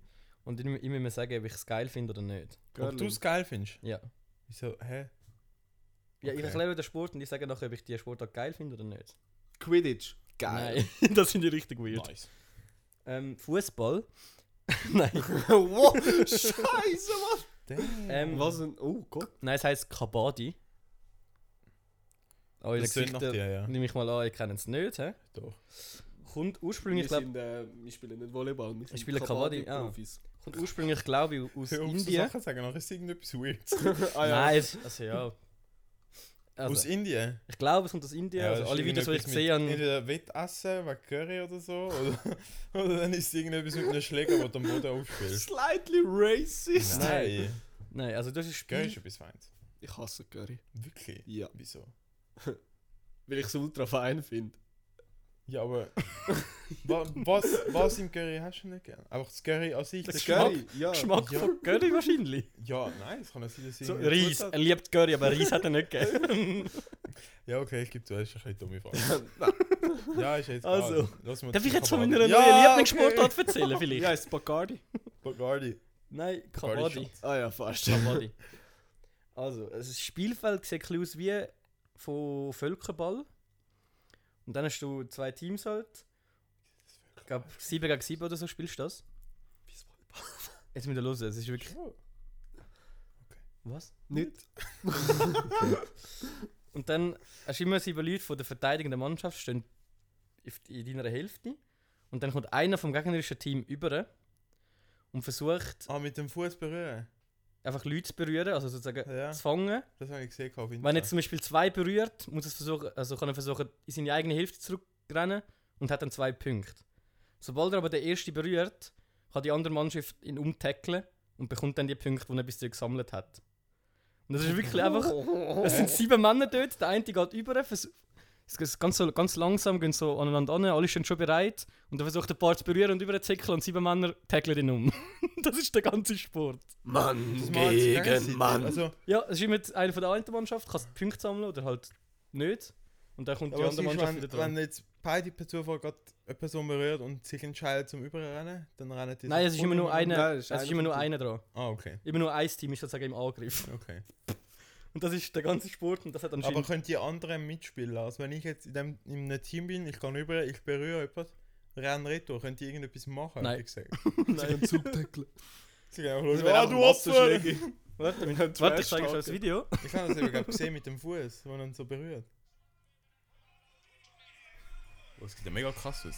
B: Und ich, ich muss mir sagen, ob ich es geil finde oder nicht.
D: Ob du
C: Girling.
D: es geil findest?
B: Ja.
D: Wieso? Hä?
B: Ja, ich
D: Okay.
B: erkläre euch den Sport und ich sage nachher, ob ich die Sportart geil finde oder nicht.
C: Quidditch. Geil.
B: Nein, das finde ich richtig weird.
D: Nice.
B: Ähm, Fußball. nein.
C: wow, scheiße, was?
D: Damn.
B: Ähm,
C: Was ein... Oh Gott.
B: Nein, es heisst Kabadi. Oh, in
D: Das
B: der
D: tönt nach
B: Geschichte,
D: dir, ja.
B: nehme ich mal an, ihr kennt es nicht. He?
D: Doch.
B: Kommt
C: Wir,
B: ursprünglich, glaub,
C: sind, äh, wir spielen nicht Volleyball, wir sind
B: spiele Kabaddi, ah.
C: Kabaddi-Profis.
B: kommt ursprünglich glaube ich, aus
D: Hör auf zu
B: Indien.
D: Sachen sagen, nachher ist irgendetwas weird.
C: ah, ja.
B: Nein, es, also ja.
D: Aus
B: Also,
D: Indien?
B: ich glaube, es kommt aus Indien. also,
D: das ist
B: alle Videos, die ich
D: irgendetwas
B: gesehen habe.
D: mit Entweder Wettessen, wegen Curry oder so. Oder, oder dann ist es irgendetwas mit einem Schläger, wo du am Boden aufspielst.
C: Slightly racist.
D: Nein.
B: Nein, also das ist ein
D: Curry
B: Spiel.
D: ist etwas Feines.
C: Ich hasse Curry.
D: Wirklich?
C: Ja.
D: Wieso?
C: Weil ich es ultra fein finde.
D: Ja, aber. wa, was, was im Curry hast du nicht gern? Einfach das Curry an sich.
C: Das
D: Geschmack?
C: Curry, ja.
B: Geschmack
D: Ja.
B: von Curry wahrscheinlich.
D: Ja, nein, es kann ja sein, dass
B: So,
D: irgendwie-
B: Reis. Er liebt Curry, aber Reis hat er nicht gegeben.
D: Ja, okay, ich gebe zu, das ist eine dumme Frage. ja, ist jetzt
B: Also.
D: klar. Lass mal
B: Darf
D: zu
B: ich jetzt von
D: Kabaddi.
B: meiner neuen
C: Ja,
B: Lieblingssportart erzählen vielleicht?
C: Ja, ist Bacardi.
D: Bacardi.
B: Nein,
D: Bacardi
B: Kabaddi.
D: Shots.
C: Ah ja, fast.
B: Kabaddi. Also, also, das Spielfeld sieht ein bisschen aus wie von Völkerball. Und dann hast du zwei Teams halt. Ich glaube, 7 gegen 7 oder so spielst du das. Jetzt müssen wir los, es ist wirklich. Was?
C: Nicht.
B: Und dann hast du immer sieben Leute von der verteidigenden Mannschaft stehen auf- in deiner Hälfte. Und dann kommt einer vom gegnerischen Team über und versucht.
D: Ah, mit dem Fuß berühren.
B: einfach Leute zu berühren, also sozusagen
D: Ja.
B: zu fangen.
D: Das habe ich gesehen auf Insta.
B: Wenn jetzt zum Beispiel zwei berührt, muss es versuchen, also kann er versuchen, in seine eigene Hälfte zurückrennen und hat dann zwei Punkte. Sobald er aber den ersten berührt, kann die andere Mannschaft ihn umtackeln und bekommt dann die Punkte, die er bis dahin gesammelt hat. Und das ist wirklich einfach. Es sind sieben Männer dort, der eine geht über, vers- es geht ganz, so, ganz langsam gehen so aneinander an, alle sind schon bereit und dann versucht der Paar zu berühren und überzickeln und sieben Männer tackeln ihn um. das ist der ganze Sport.
C: Mann
D: Das macht jetzt länger
C: gegen
D: Sinn.
C: Mann.
D: Also,
B: Ja, es ist immer jetzt einer von der einen Mannschaft, kann die Punkte sammeln oder halt nicht. Und dann kommt
D: aber
B: die
D: was
B: andere
D: ist,
B: Mannschaft
D: wenn,
B: wieder dran.
D: wenn jetzt beide per Zufall gerade eine Person berührt und sich entscheidet zum Überrennen, dann rennen die...
B: Nein, es ist immer nur einer,
C: Nein, es
B: es
C: ist
B: ist immer nur
C: einer vom
B: einer dran.
D: Ah, okay.
B: Immer nur ein Team ist sozusagen im Angriff.
D: okay.
B: Und das ist der ganze Sport und das hat
D: Aber
B: anscheinend...
D: können die anderen mitspielen? Also wenn ich jetzt in, dem, in einem Team bin, ich kann über, ich berühre etwas, renne retour, können die irgendetwas machen?
B: Nein.
D: Ich sag.
B: Nein.
C: Zugdeckel.
D: Sie gehen einfach
C: Das
D: los,
C: wäre
D: ah,
C: einfach
D: du Opfer!
C: Wasserschläge.
B: Warte, wir-
C: Trash
B: warte, ich zeige euch
C: talken.
B: das Video.
D: Ich habe das eben gerade gesehen mit dem Fuß, wo ihn so berührt. Oh, das sieht ja mega krass aus.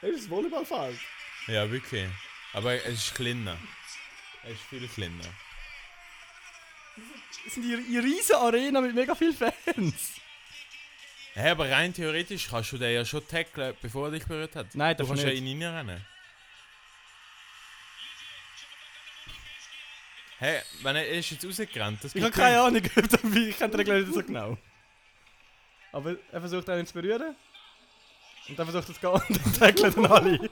C: Hey, das Volleyballfeld.
D: Ja, wirklich. Aber es ist kleiner. Es ist viel kleiner.
B: Das sind die, die riesen Arena mit mega vielen Fans.
D: Hä, aber rein theoretisch kannst du den ja schon tackeln, bevor er dich berührt hat.
B: Nein,
D: Du
B: darfst
D: kannst ja
B: nicht.
D: in ihn reinrennen. Hä, wenn er, er ist jetzt rausgerannt, das
B: Ich habe
D: gibt
B: keine Ahnung, ob das- ich kenne die Regeln nicht so genau. Aber er versucht einen zu berühren. Und dann versucht er zu gehen und dann tackeln dann alle.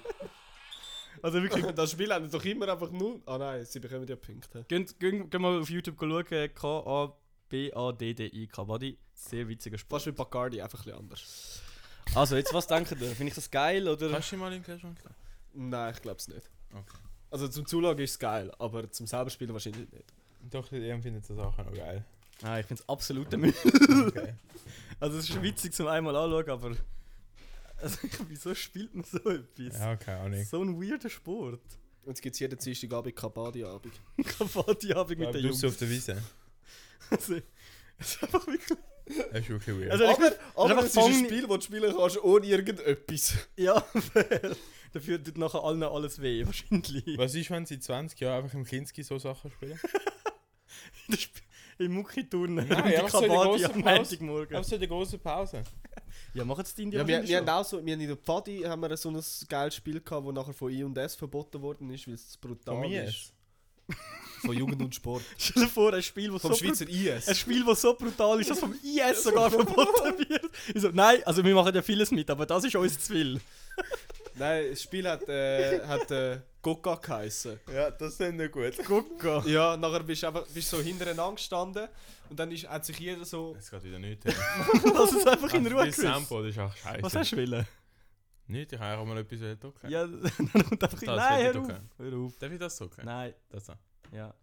B: Also wirklich
C: Das Spiel haben doch immer einfach nur. Ah nein, sie bekommen ja Punkte.
B: Geht, geht, geht mal auf YouTube schauen, K-A-B-A-D-D-I, Kabaddi. Sehr witziger Sport.
C: Fast wie Bacardi, einfach ein bisschen anders.
B: Also, jetzt, was denkt ihr? Finde ich das geil
D: keinen-
B: oder?
D: Kannst du ihn mal in den Cash runter?
C: Nein, ich glaube es nicht.
D: Okay.
C: Also zum Zulagen ist es geil, aber zum selber Spielen wahrscheinlich nicht.
D: Doch, ihr findet das auch noch geil.
B: Nein, ich finde es absolut Müll.
D: Okay.
B: Also, es ist witzig zum einmal anschauen, aber. Also, wieso spielt man so etwas?
D: ja, keine Ahnung.
B: So ein weirder Sport.
C: Und es gibt jeden Dienstagabend Kabadi-Abend.
B: Kabaddi-Abend mit den Jungs.
D: auf der Wiese.
B: Also, es ist einfach wirklich.
D: Das ist wirklich weird.
B: Also, ich,
C: Aber
B: einfach
C: es ist ein
B: Fang-
C: Spiel, das du spielen kannst ohne irgendetwas.
B: ja, weil dafür tut nachher allen alles weh, wahrscheinlich.
D: Was ist, wenn sie 20 Jahre einfach im Kinski so Sachen spielen?
B: Das Sp- Im Mucki-Turnen.
D: Nein,
B: die
D: einfach so in der
B: Kabaddi
D: grossen
B: am
D: Pause.
B: Montagmorgen.
D: Auf so eine große Pause.
B: Ja, machen es die Indien
C: Ja, wir, wir haben auch so, wir haben in der Pfadi haben wir so ein geiles Spiel gehabt, das nachher von I und S verboten worden ist, weil es brutal
D: Von mir
C: ist. Von Jugend und Sport.
B: Stell dir vor, ein Spiel, das so,
C: Vom
B: brut
C: Schweizer
B: ein
C: IS.
B: Spiel, das so brutal ist, dass vom IS sogar verboten wird. Ich so, nein, also wir machen ja vieles mit, aber das ist uns zu viel.
C: Nein, das Spiel hat, äh, hat äh, Goka geheissen.
D: Ja, das ist nicht gut.
B: Gucka.
C: Ja, nachher bist du einfach bist so hintereinander gestanden und dann ist, hat sich jeder so.
D: Es geht wieder nicht. ey.
B: Lass uns einfach in
D: Also,
B: Ruhe
D: Das
B: gewiss.
D: Soundboard ist auch scheiße.
B: Was hast du willen?
D: Nicht, ich habe einfach mal etwas gedruckt.
B: Ja, dann kommt einfach...
D: Das
B: nein,
D: hätte
B: hör
D: ich
B: auf.
D: doch
B: Hör auf.
D: Darf ich das drucken?
B: Nein,
D: Das da.
B: ja.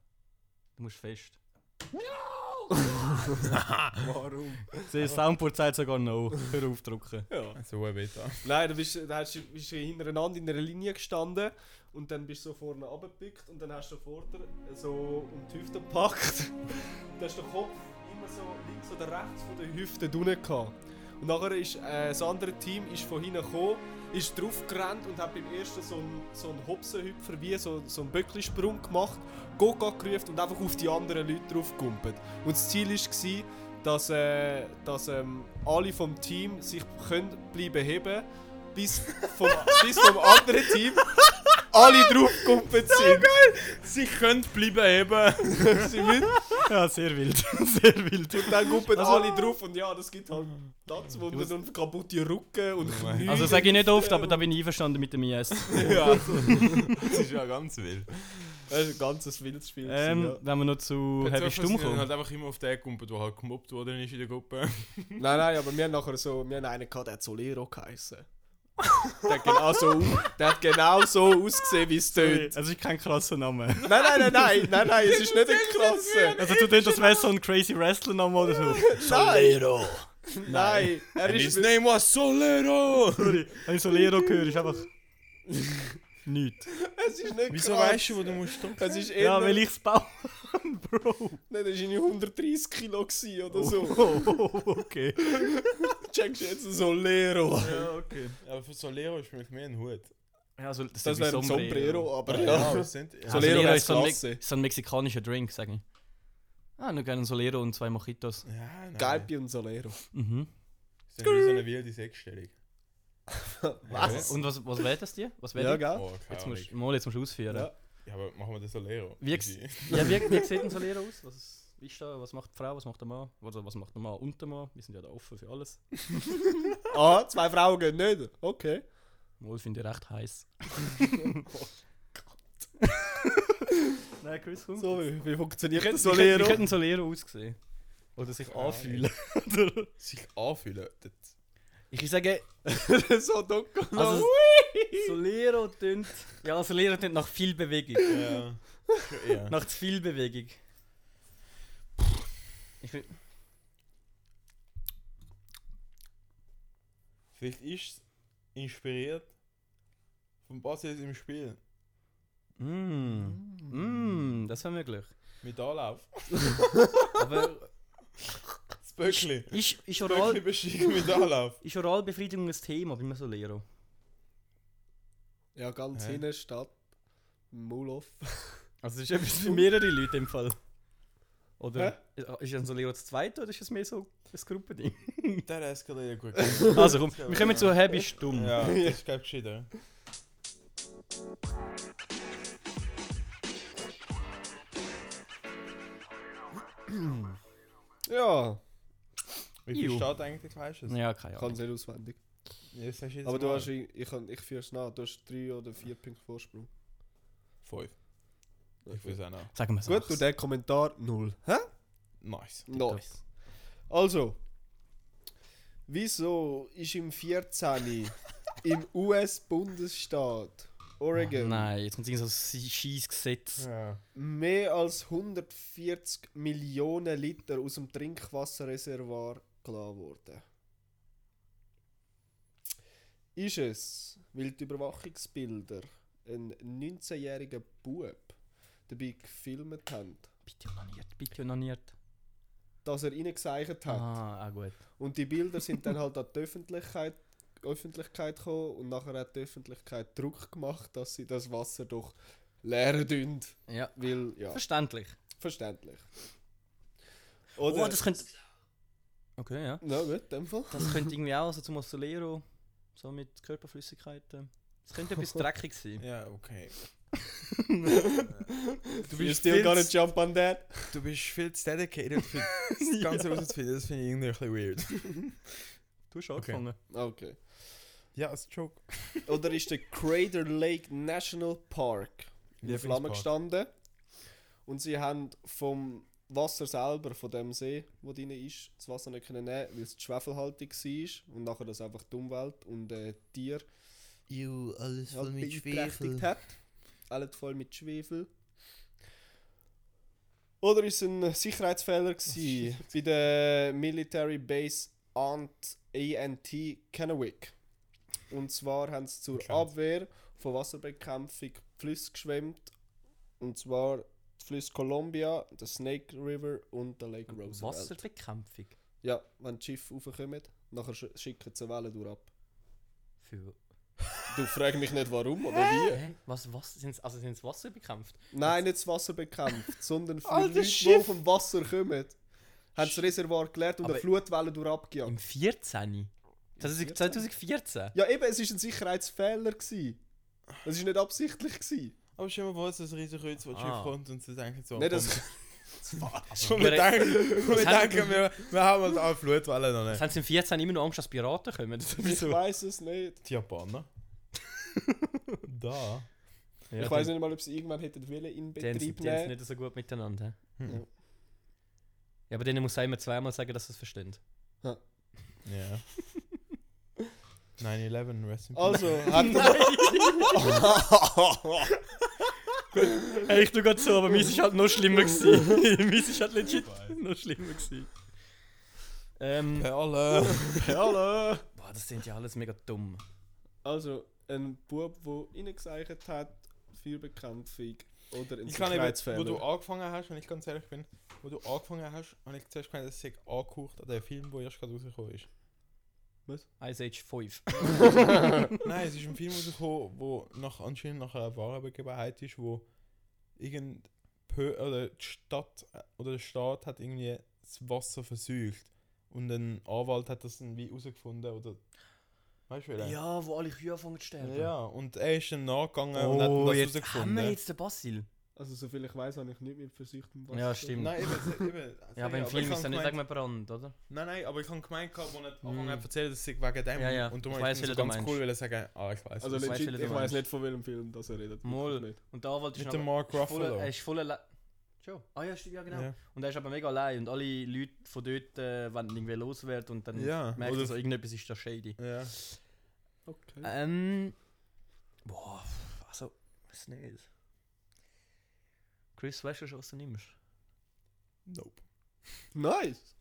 B: Du musst fest.
C: Warum?
B: Das Soundboard sagt sogar no. Hör auf drücken.
C: Ja.
D: So ein Beta.
C: Nein, dann bist, dann hast du bist du hintereinander in einer Linie gestanden und dann bist du so vorne abgepickt und dann hast du vorne so um die Hüfte gepackt. Dann hast du den Kopf immer so links oder rechts von der Hüfte unten gehabt. Und nachher ist äh, das andere Team ist von hinten gekommen, ist draufgerannt und hat beim ersten so einen, so einen Hopsenhüpfer wie so, so einen Böcklisprung gemacht, Goga gerufen und einfach auf die anderen Leute draufgumpelt. Und das Ziel war, dass, äh, dass ähm, alle vom Team sich können bleiben heben bis vom, bis vom anderen Team alle draufgumpelt sind.
D: Sie können bleiben eben.
C: Sie müssen,
B: Ja, sehr wild. Sehr wild.
C: und dann gumpeln
B: Also-
C: alle drauf und ja, das gibt halt Platzwunden und kaputte Rücken und Knie.
B: Also sage ich nicht oft, aber da bin ich einverstanden mit dem IS.
C: Ja,
D: Das ist ja ganz wild.
C: das ist ein ganzes wildes Spiel.
B: Ähm,
C: gewesen,
B: wenn wir noch zu Heavy Stumm kommen.
D: halt einfach immer auf den Kumpel, der halt gemobbt worden ist in der Gruppe.
C: ja. Nein, nein, aber wir haben nachher so, wir haben einen gehabt, der hat Solero geheissen. der, hat genau so, der hat genau so ausgesehen, wie es
B: Sorry, Also
C: tönt.
B: Es ist kein krasser Name.
C: Nein, nein, nein, nein, nein, nein, es ist nicht eine Klasse.
B: Also du denkst, das wäre so ein crazy Wrestler Name oder so.
C: Solero. Nein, er
D: His
C: ist...
D: name was Solero!
B: Sorry, wenn ich so Lero höre, ist einfach... Nichts.
C: Es ist nicht
D: Wieso
C: krass.
D: weißt du, wo du musst stoppen?
C: Es ist eher...
B: Ja, weil ich es baue. Bro.
C: Nein, das war irgendwie 130 Kilo gewesen oder so.
B: Oh, okay.
C: Checkst du jetzt so Lero?
B: Ja, okay.
D: Aber für Solero ist für mich mehr ein Hut.
B: Ja, so, das,
C: Das
B: ist wie
C: wäre ein Sombrero, aber
D: Ja,
C: ja.
D: was sind. Ja.
C: Solero
B: Solero
C: wär's
B: ist so ein,
C: klasse.
B: Me- so ein mexikanischer Drink, sage ich. Ah, nur gerne ein Solero und zwei Mojitos.
D: Ja, nein.
C: Gelbi und Solero.
B: Mhm.
D: Das ist wie so eine wilde Sechsstellung.
C: Was?
B: Und was, was wählt das dir? Was wählt
C: Ja,
B: dir?
C: gell?
D: Oh, keine
B: Jetzt
D: Ahnung.
B: musst, mal, jetzt musst du ausführen.
C: Ja.
B: Ja,
D: Ja, aber machen wir das Solero.
B: Wie
D: Easy.
B: wie, wie sieht ein Solero aus? Was, ist- wie ist da, was macht die Frau, was macht der Mann? Also, was macht der Mann und der Mann? Wir sind ja da offen für alles.
C: Ah, zwei Frauen gehen nicht. Okay.
B: Wohl finde ich recht heiß. oh Gott. Nein, Chris, komm.
C: So, wie, wie funktioniert
B: Wie
C: das
B: könnte- Wie
C: Solero?
B: könnte ein Solero aussehen? Oder sich
D: Keine Ahnung.
B: anfühlen.
D: Sich anfühlen. Das-
B: ich sage,
C: so dunkel.
B: also, Solero tönt. Ja, Solero tönt nach viel Bewegung.
D: Ja. Schon eher.
B: Nach zu viel Bewegung. Ich will,
D: Vielleicht ist es inspiriert von Basis im Spiel.
B: mm, mm, das wäre möglich.
D: Mit Anlauf.
B: Aber
D: Das Böckli.
B: ist, ist,
D: Das Böckli
B: Oral,
D: bestiegen mit Anlauf.
B: ist Oralbefriedigung ein Thema bei einem Solero?
C: Ja, ganz
D: Hä?
C: hinten steht Maul auf.
B: Also das ist etwas für mehrere Leute im Fall.
C: Hä?
B: Oder ist ein Solero zu zweit oder ist es mehr so ein Gruppending?
D: Der eskaliert gut.
B: Also komm, wir kommen zu Happy Stumm.
D: Ja, das ist glaub ich geschieden.
C: Ja,
D: Wie viel
B: Iu.
D: steht eigentlich, weißt du es?
B: Ja, keine
C: ich kann
B: Ahnung.
C: es nicht auswendig.
D: Ja, das hast du jetzt
C: Aber du
D: mal.
C: hast, wie- ich, kann- ich führe es nach, du hast drei oder vier Punkte Vorsprung.
D: Fünf. Ich will es auch noch.
B: Sagen wir es
C: Gut, und der Kommentar null. Hä?
D: Nice.
C: Nice. Also, wieso ist im 14. im US-Bundesstaat Oregon
B: Nein, jetzt kommt irgend so ein scheiß Gesetz.
D: Ja.
C: mehr als 140 Millionen Liter aus dem Trinkwasserreservoir klar worden? Ist es, weil die Überwachungsbilder einen 19-jährigen Bub dabei gefilmt haben,
B: Bitte onaniert, bitte onaniert.
C: dass er reingezeichnet hat?
B: Ah, ah gut.
C: Und die Bilder sind dann halt an die Öffentlichkeit, Öffentlichkeit gekommen und nachher hat die Öffentlichkeit Druck gemacht, dass sie das Wasser doch leeren dünn.
B: Ja.
C: Weil, ja,
B: Verständlich.
C: verständlich.
B: Oh,
C: Oder?
B: das könnte... Okay, ja.
C: Na gut, in dem Fall.
B: Das könnte irgendwie auch so zum Solero, so mit Körperflüssigkeiten. Das könnte etwas dreckig sein.
D: Ja, okay.
C: Du
D: bist
C: still
D: viel
C: gar nicht
D: zu-
C: jump on that.
D: Du bist viel zu dedicated für das Ganze rauszufinden. Das finde ich irgendwie ein bisschen weird.
B: Du hast
D: angefangen.
C: Okay.
D: Ja, als Joke.
C: Oder ist der Crater Lake National Park in Flammen gestanden. Und sie haben vom Wasser selber, von dem See, wo drin ist, das Wasser nicht können nehmen, weil es die Schwefelhaltung war und nachher das einfach die Umwelt und äh, Tier
F: Jo, alles voll
C: halt
F: mit
C: beeinträchtigt
F: Schwefel.
C: hat. Alles voll mit Schwefel. Oder ist es ein Sicherheitsfehler gewesen, bei der Military Base Ant ANT Kennewick. Und zwar haben sie zur
D: Kenn's.
C: Abwehr von Wasserbekämpfung Flüsse geschwemmt. Und zwar die Flüsse Columbia, der Snake River und der Lake Roosevelt.
B: Wasserbekämpfung.
C: Ja, wenn die Schiffe raufkommen, nachher sch- schicken sie eine Welle durch ab.
B: Für.
C: Du fragst mich nicht warum oder wie.
B: Hä? Was, was? Sind's, also sind es Wasser bekämpft?
C: Nein, nicht das Wasser bekämpft, sondern für
D: Alter,
C: Leute, die
D: Schiff.
C: vom Wasser kommen. Haben das Reservoir geleert und eine
B: Aber-
C: Flutwelle durchabgejagt.
B: Im 14. 2014?
C: Ja, eben, es war ein Sicherheitsfehler. gewesen. Es war nicht absichtlich. Gewesen.
D: Aber stell dir mal vor, dass das riesige Kreuz, wo das
B: Ah.
D: Schiff kommt und sie denken so...
C: Nicht, dass
D: komm,
B: Aber-
D: schon wir denken, wir,
B: hat-
D: denken wir, wir haben halt auch Flutwellen noch
B: Jetzt
D: nicht.
B: haben sie im 14 immer noch Angst, dass Piraten kommen.
C: ich weiß es nicht.
D: Die Japaner. da.
C: ich weiß nicht mal, ob sie irgendwann hätten wollen in
B: Die haben sie-
C: Betrieb
B: die haben sie
C: nehmen.
B: nicht so gut miteinander. hä?
D: Hm.
C: Ja.
B: Ja, aber denen muss ich immer zweimal sagen, dass sie es verstehen.
D: Ja. 9-11, rest in peace.
C: Also, hat er
B: Hey, ich tue gerade so, aber meins ist halt noch schlimmer gewesen. meins ist halt legit noch schlimmer gewesen. Ähm,
D: Perle.
C: Perle.
B: boah, das sind ja alles mega dumm.
C: Also, ein Bub, der reingeseichert hat, Feuerbekämpfung oder ein
D: Ich kann eben, wo du
C: Sicherheitsfehler.
D: angefangen hast, wenn ich ganz ehrlich bin, wo du angefangen hast, habe ich zuerst gemeint, das sei angehaucht an den Film, der erst gerade rausgekommen ist.
B: Ice Age 5.
D: Nein, es ist ein Film rausgekommen, wo nach, anscheinend nach einer wahren Begebenheit ist, wo irgend Pö oder die Stadt äh, oder der Staat hat irgendwie das Wasser versucht und ein Anwalt hat das dann wie herausgefunden oder weißt du welcher?
B: Ja, wo alle Kühe anfangen zu sterben.
D: ja und er ist dann nachgegangen und hat dann
B: Oh,
D: das
B: jetzt haben wir
D: herausgefunden.
B: jetzt den Basil.
C: Also soviel ich weiß, habe ich nicht mit um Versicht im
B: Ja, stimmt.
D: Nein, eben, eben,
B: ja, aber im Film ist ja nicht wegen Brand, oder?
D: Nein, nein, aber ich habe gemeint, gehabt, wo nicht angefangen
B: Mm.
D: hat zu erzählen, dass ich wegen dem
B: Ja, ja,
D: und du
B: ich
D: meinst,
B: weiss,
D: Mhm.
B: welchen
D: ich so
B: du
D: ganz
B: meinst.
D: cool will sagen, ah, ich weiß.
C: Also
B: Das weißt du,
C: legit,
B: wie du
C: ich weiß
B: meinst.
C: nicht, von welchem Film das er redet.
B: Moll.
C: wirklich nicht.
B: Und der Anwalt ist
D: mit
B: aber-
D: dem Mark
B: ist voller-
D: Ruffalo.
B: Er ist voller... Le- Schon? Ah ja, stimmt, ja genau.
D: Ja.
B: Und er ist aber mega allein und alle Leute von dort äh, wollen irgendwie loswerden und dann
D: Ja,
B: merkt
D: oder-
B: er so, irgendetwas ist da shady.
D: Ja.
C: Okay.
B: Ähm. Boah, also, was nicht. Chris, weißt du schon, was du nimmst?
D: Nope.
C: Nice!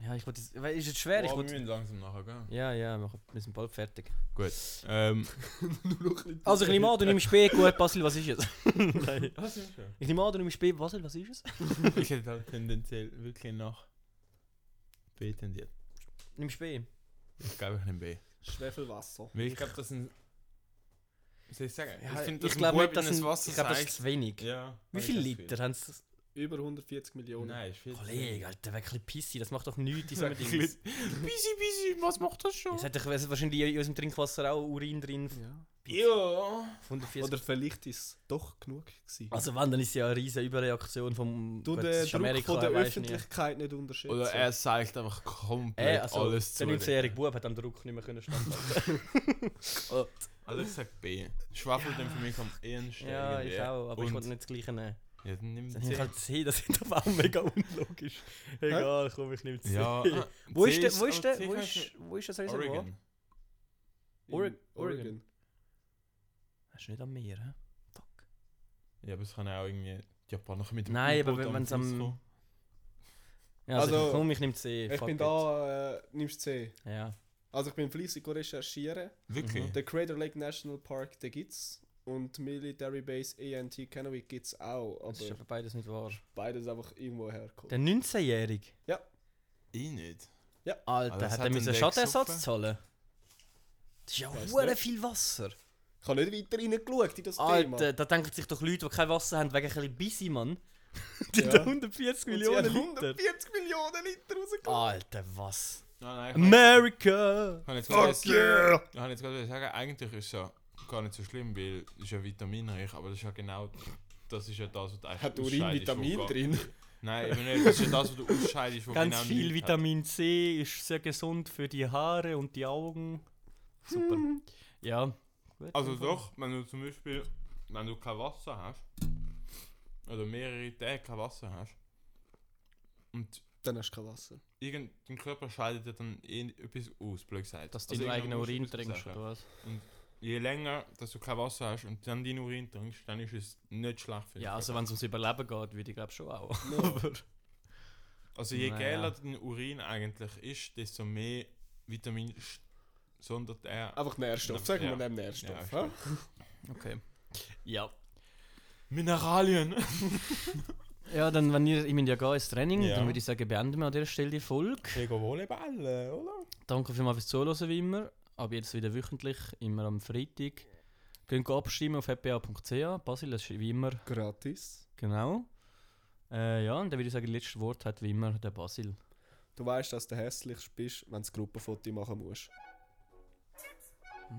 B: Ja, ich wollte. jetzt- weil, Ist jetzt schwer, ich
D: Boah, wir
B: wollte.
D: müssen langsam nachher gell?
B: Ja, ja, wir wir sind bald fertig.
D: Ähm,
C: Nur noch ein bisschen
B: Also, ich nehme an, du nimmst B. Gut, Basil, was ist es? Nein.
D: was ist
B: Ich nehme an, du nimmst B. Basil, was ist es?
D: Ich hätte halt tendenziell wirklich nach B tendiert.
B: Nimmst B.
D: Ich glaube, ich nehme B.
C: Schwefelwasser.
D: Weil ich glaube, das sind. Was soll ich sagen?
B: Ja,
D: ich finde,
B: ich
D: das
B: glaube
D: Bub
B: nicht, dass
D: in das
B: ein-
D: Wasser
B: Ich glaube, das
D: zeigt.
B: ist zu wenig.
D: Ja.
B: Wie viele Liter haben sie?
C: Über 140 Millionen.
D: Nein, ist viel. zu
B: Kollege, Alter, wäre ein bisschen pissig, das macht doch nichts in so einem
D: viel.
B: Ding.
D: Bisschen- Bisschen, bisschen, was macht das schon?
B: Es hat doch es hat wahrscheinlich in unserem Trinkwasser auch Urin drin.
C: Ja.
D: Ja.
B: Von der
C: Oder vielleicht ist es doch genug gewesen.
B: Also wenn, dann ist ja eine riesige Überreaktion vom
C: du
B: Gut,
C: den
B: das ist
C: Druck von der
B: er weiss nie.
C: Öffentlichkeit nicht unterschätzen.
D: Oder er zeigt einfach komplett
B: Äh, also,
D: alles zu.
B: der 19-jährige Bub hat am Druck nicht mehr können standhalten.
D: Also ich sag B. Schwafel ja. dann für mich am ehesten.
B: ja, ich auch, aber ich
D: Und-
B: wollte nicht das Gleiche nehmen.
D: Ja, dann nimm
B: Dann habe ich
D: C.
B: halt C, das ist aber auch mega unlogisch. Egal, komm, ich nehme C.
D: Ja, ah,
B: Wo
D: C
B: ist der, wo
D: aber
B: ist der,
D: C
B: wo
D: kann
B: ist,
D: ich
B: wo ist das
D: nicht-
B: Reservoir?
D: Oregon.
C: In
B: Oregon.
C: Oregon.
B: Das ist nicht am Meer, hä? Fuck.
D: Ja, aber es kann auch irgendwie die Japaner mit dem
B: Nein, aber
D: U-Boot
B: wenn-
D: am
B: wenn's
D: Fluss
B: am-
D: kommen.
B: Ja, also,
C: Also,
B: komm, ich nehme C.
C: Ich
B: fuck
C: bin
B: it.
C: da, äh, nimmst C.
B: Ja.
C: Also ich bin fleissig am recherchieren.
D: Wirklich?
B: Mhm.
C: Der Crater Lake National Park, der gibt's. Und Military Base ENT Kennewick gibt's auch.
B: Das ist
C: Aber
B: aber beides nicht wahr.
C: beides einfach irgendwo herkommt.
B: Der 19-jährige?
D: Ich Eh nicht.
B: Alter, hat
D: das hat
B: er
D: denn
B: müssen
D: der
B: Schadenersatz
D: gesoffen?
B: zahlen? Das ist ja
C: Weiss
B: hure
C: nicht.
B: viel Wasser.
C: Ich habe nicht weiter reingeschaut in das Thema.
B: Alter, da denken sich doch Leute, die kein Wasser haben, wegen ein bisschen Bissi, Mann. Die
C: Ja.
B: haben 140
C: Und sie
B: Millionen
C: haben
B: Liter.
C: 140 Millionen Liter
B: Ah,
C: rausgekommen.
B: Alter, was?
D: Nein,
B: America!
D: Ich kann jetzt gerade
C: Fuck yeah!
D: ich kann jetzt gerade sagen, eigentlich ist es ja gar nicht so schlimm, weil es ist ja vitaminreich, aber das ist ja genau, das ist ja das, was du eigentlich
C: Hat Urin
D: ausscheidest,
C: Vitamin
D: wo-
C: drin?
D: Nein, eben nicht, das ist ja das, was du ausscheidest, wo
B: Ganz
D: genau
B: viel
D: nichts hat.
B: Vitamin C ist sehr gesund für die Haare und die Augen. Super. Ja. Gut,
D: Hm. Also
B: einfach.
D: doch, wenn du zum Beispiel, wenn du kein Wasser hast, oder mehrere Tage kein Wasser hast, und
C: Dann hast du kein Wasser.
D: irgend, dein Körper scheidet ja dann eh etwas aus, blöd gesagt.
B: Dass du
D: Also
B: deinen eigenen
D: irgendwo musst du
B: Urin
D: etwas
B: trinkst,
D: rausnehmen.
B: oder was?
D: Je länger, dass du kein Wasser hast und dann deinen Urin trinkst, dann ist es nicht schlecht für dich.
B: Ja, also wenn es ums Überleben geht, würde ich glaube schon auch.
D: Also je
B: Naja.
D: geiler dein Urin eigentlich ist, desto mehr Vitamin sch- sondert er.
C: Einfach Nährstoff. Sagen wir dem Nährstoff.
D: Ja,
C: hä?
B: Okay. Ja.
D: Mineralien!
B: Ja, dann, wenn ihr, ich mein ja gehen ins Training,
D: Ja.
B: dann würde ich sagen, beenden wir an dieser Stelle die Folge.
D: Gregor Volleyball, oder?
B: Danke vielmals fürs Zuhören, wie immer. Ab jetzt wieder wöchentlich, immer am Freitag. Könnt ihr abstimmen auf hpa.ch. Basil, das ist wie immer.
C: Gratis.
B: Genau. Äh, ja, und dann würde ich sagen, das letzte Wort hat wie immer der Basil.
C: Du weißt, dass du hässlich bist, wenn du das Gruppenfoto machen musst.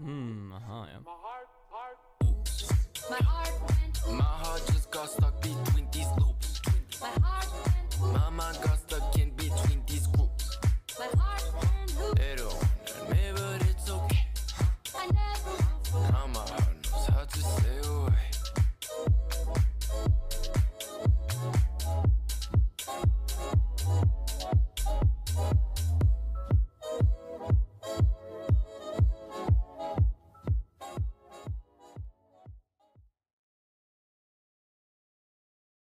B: Hm, aha, ja.
G: My heart went,
H: My heart just got stuck between these loops.
G: my heart went,
H: Mama got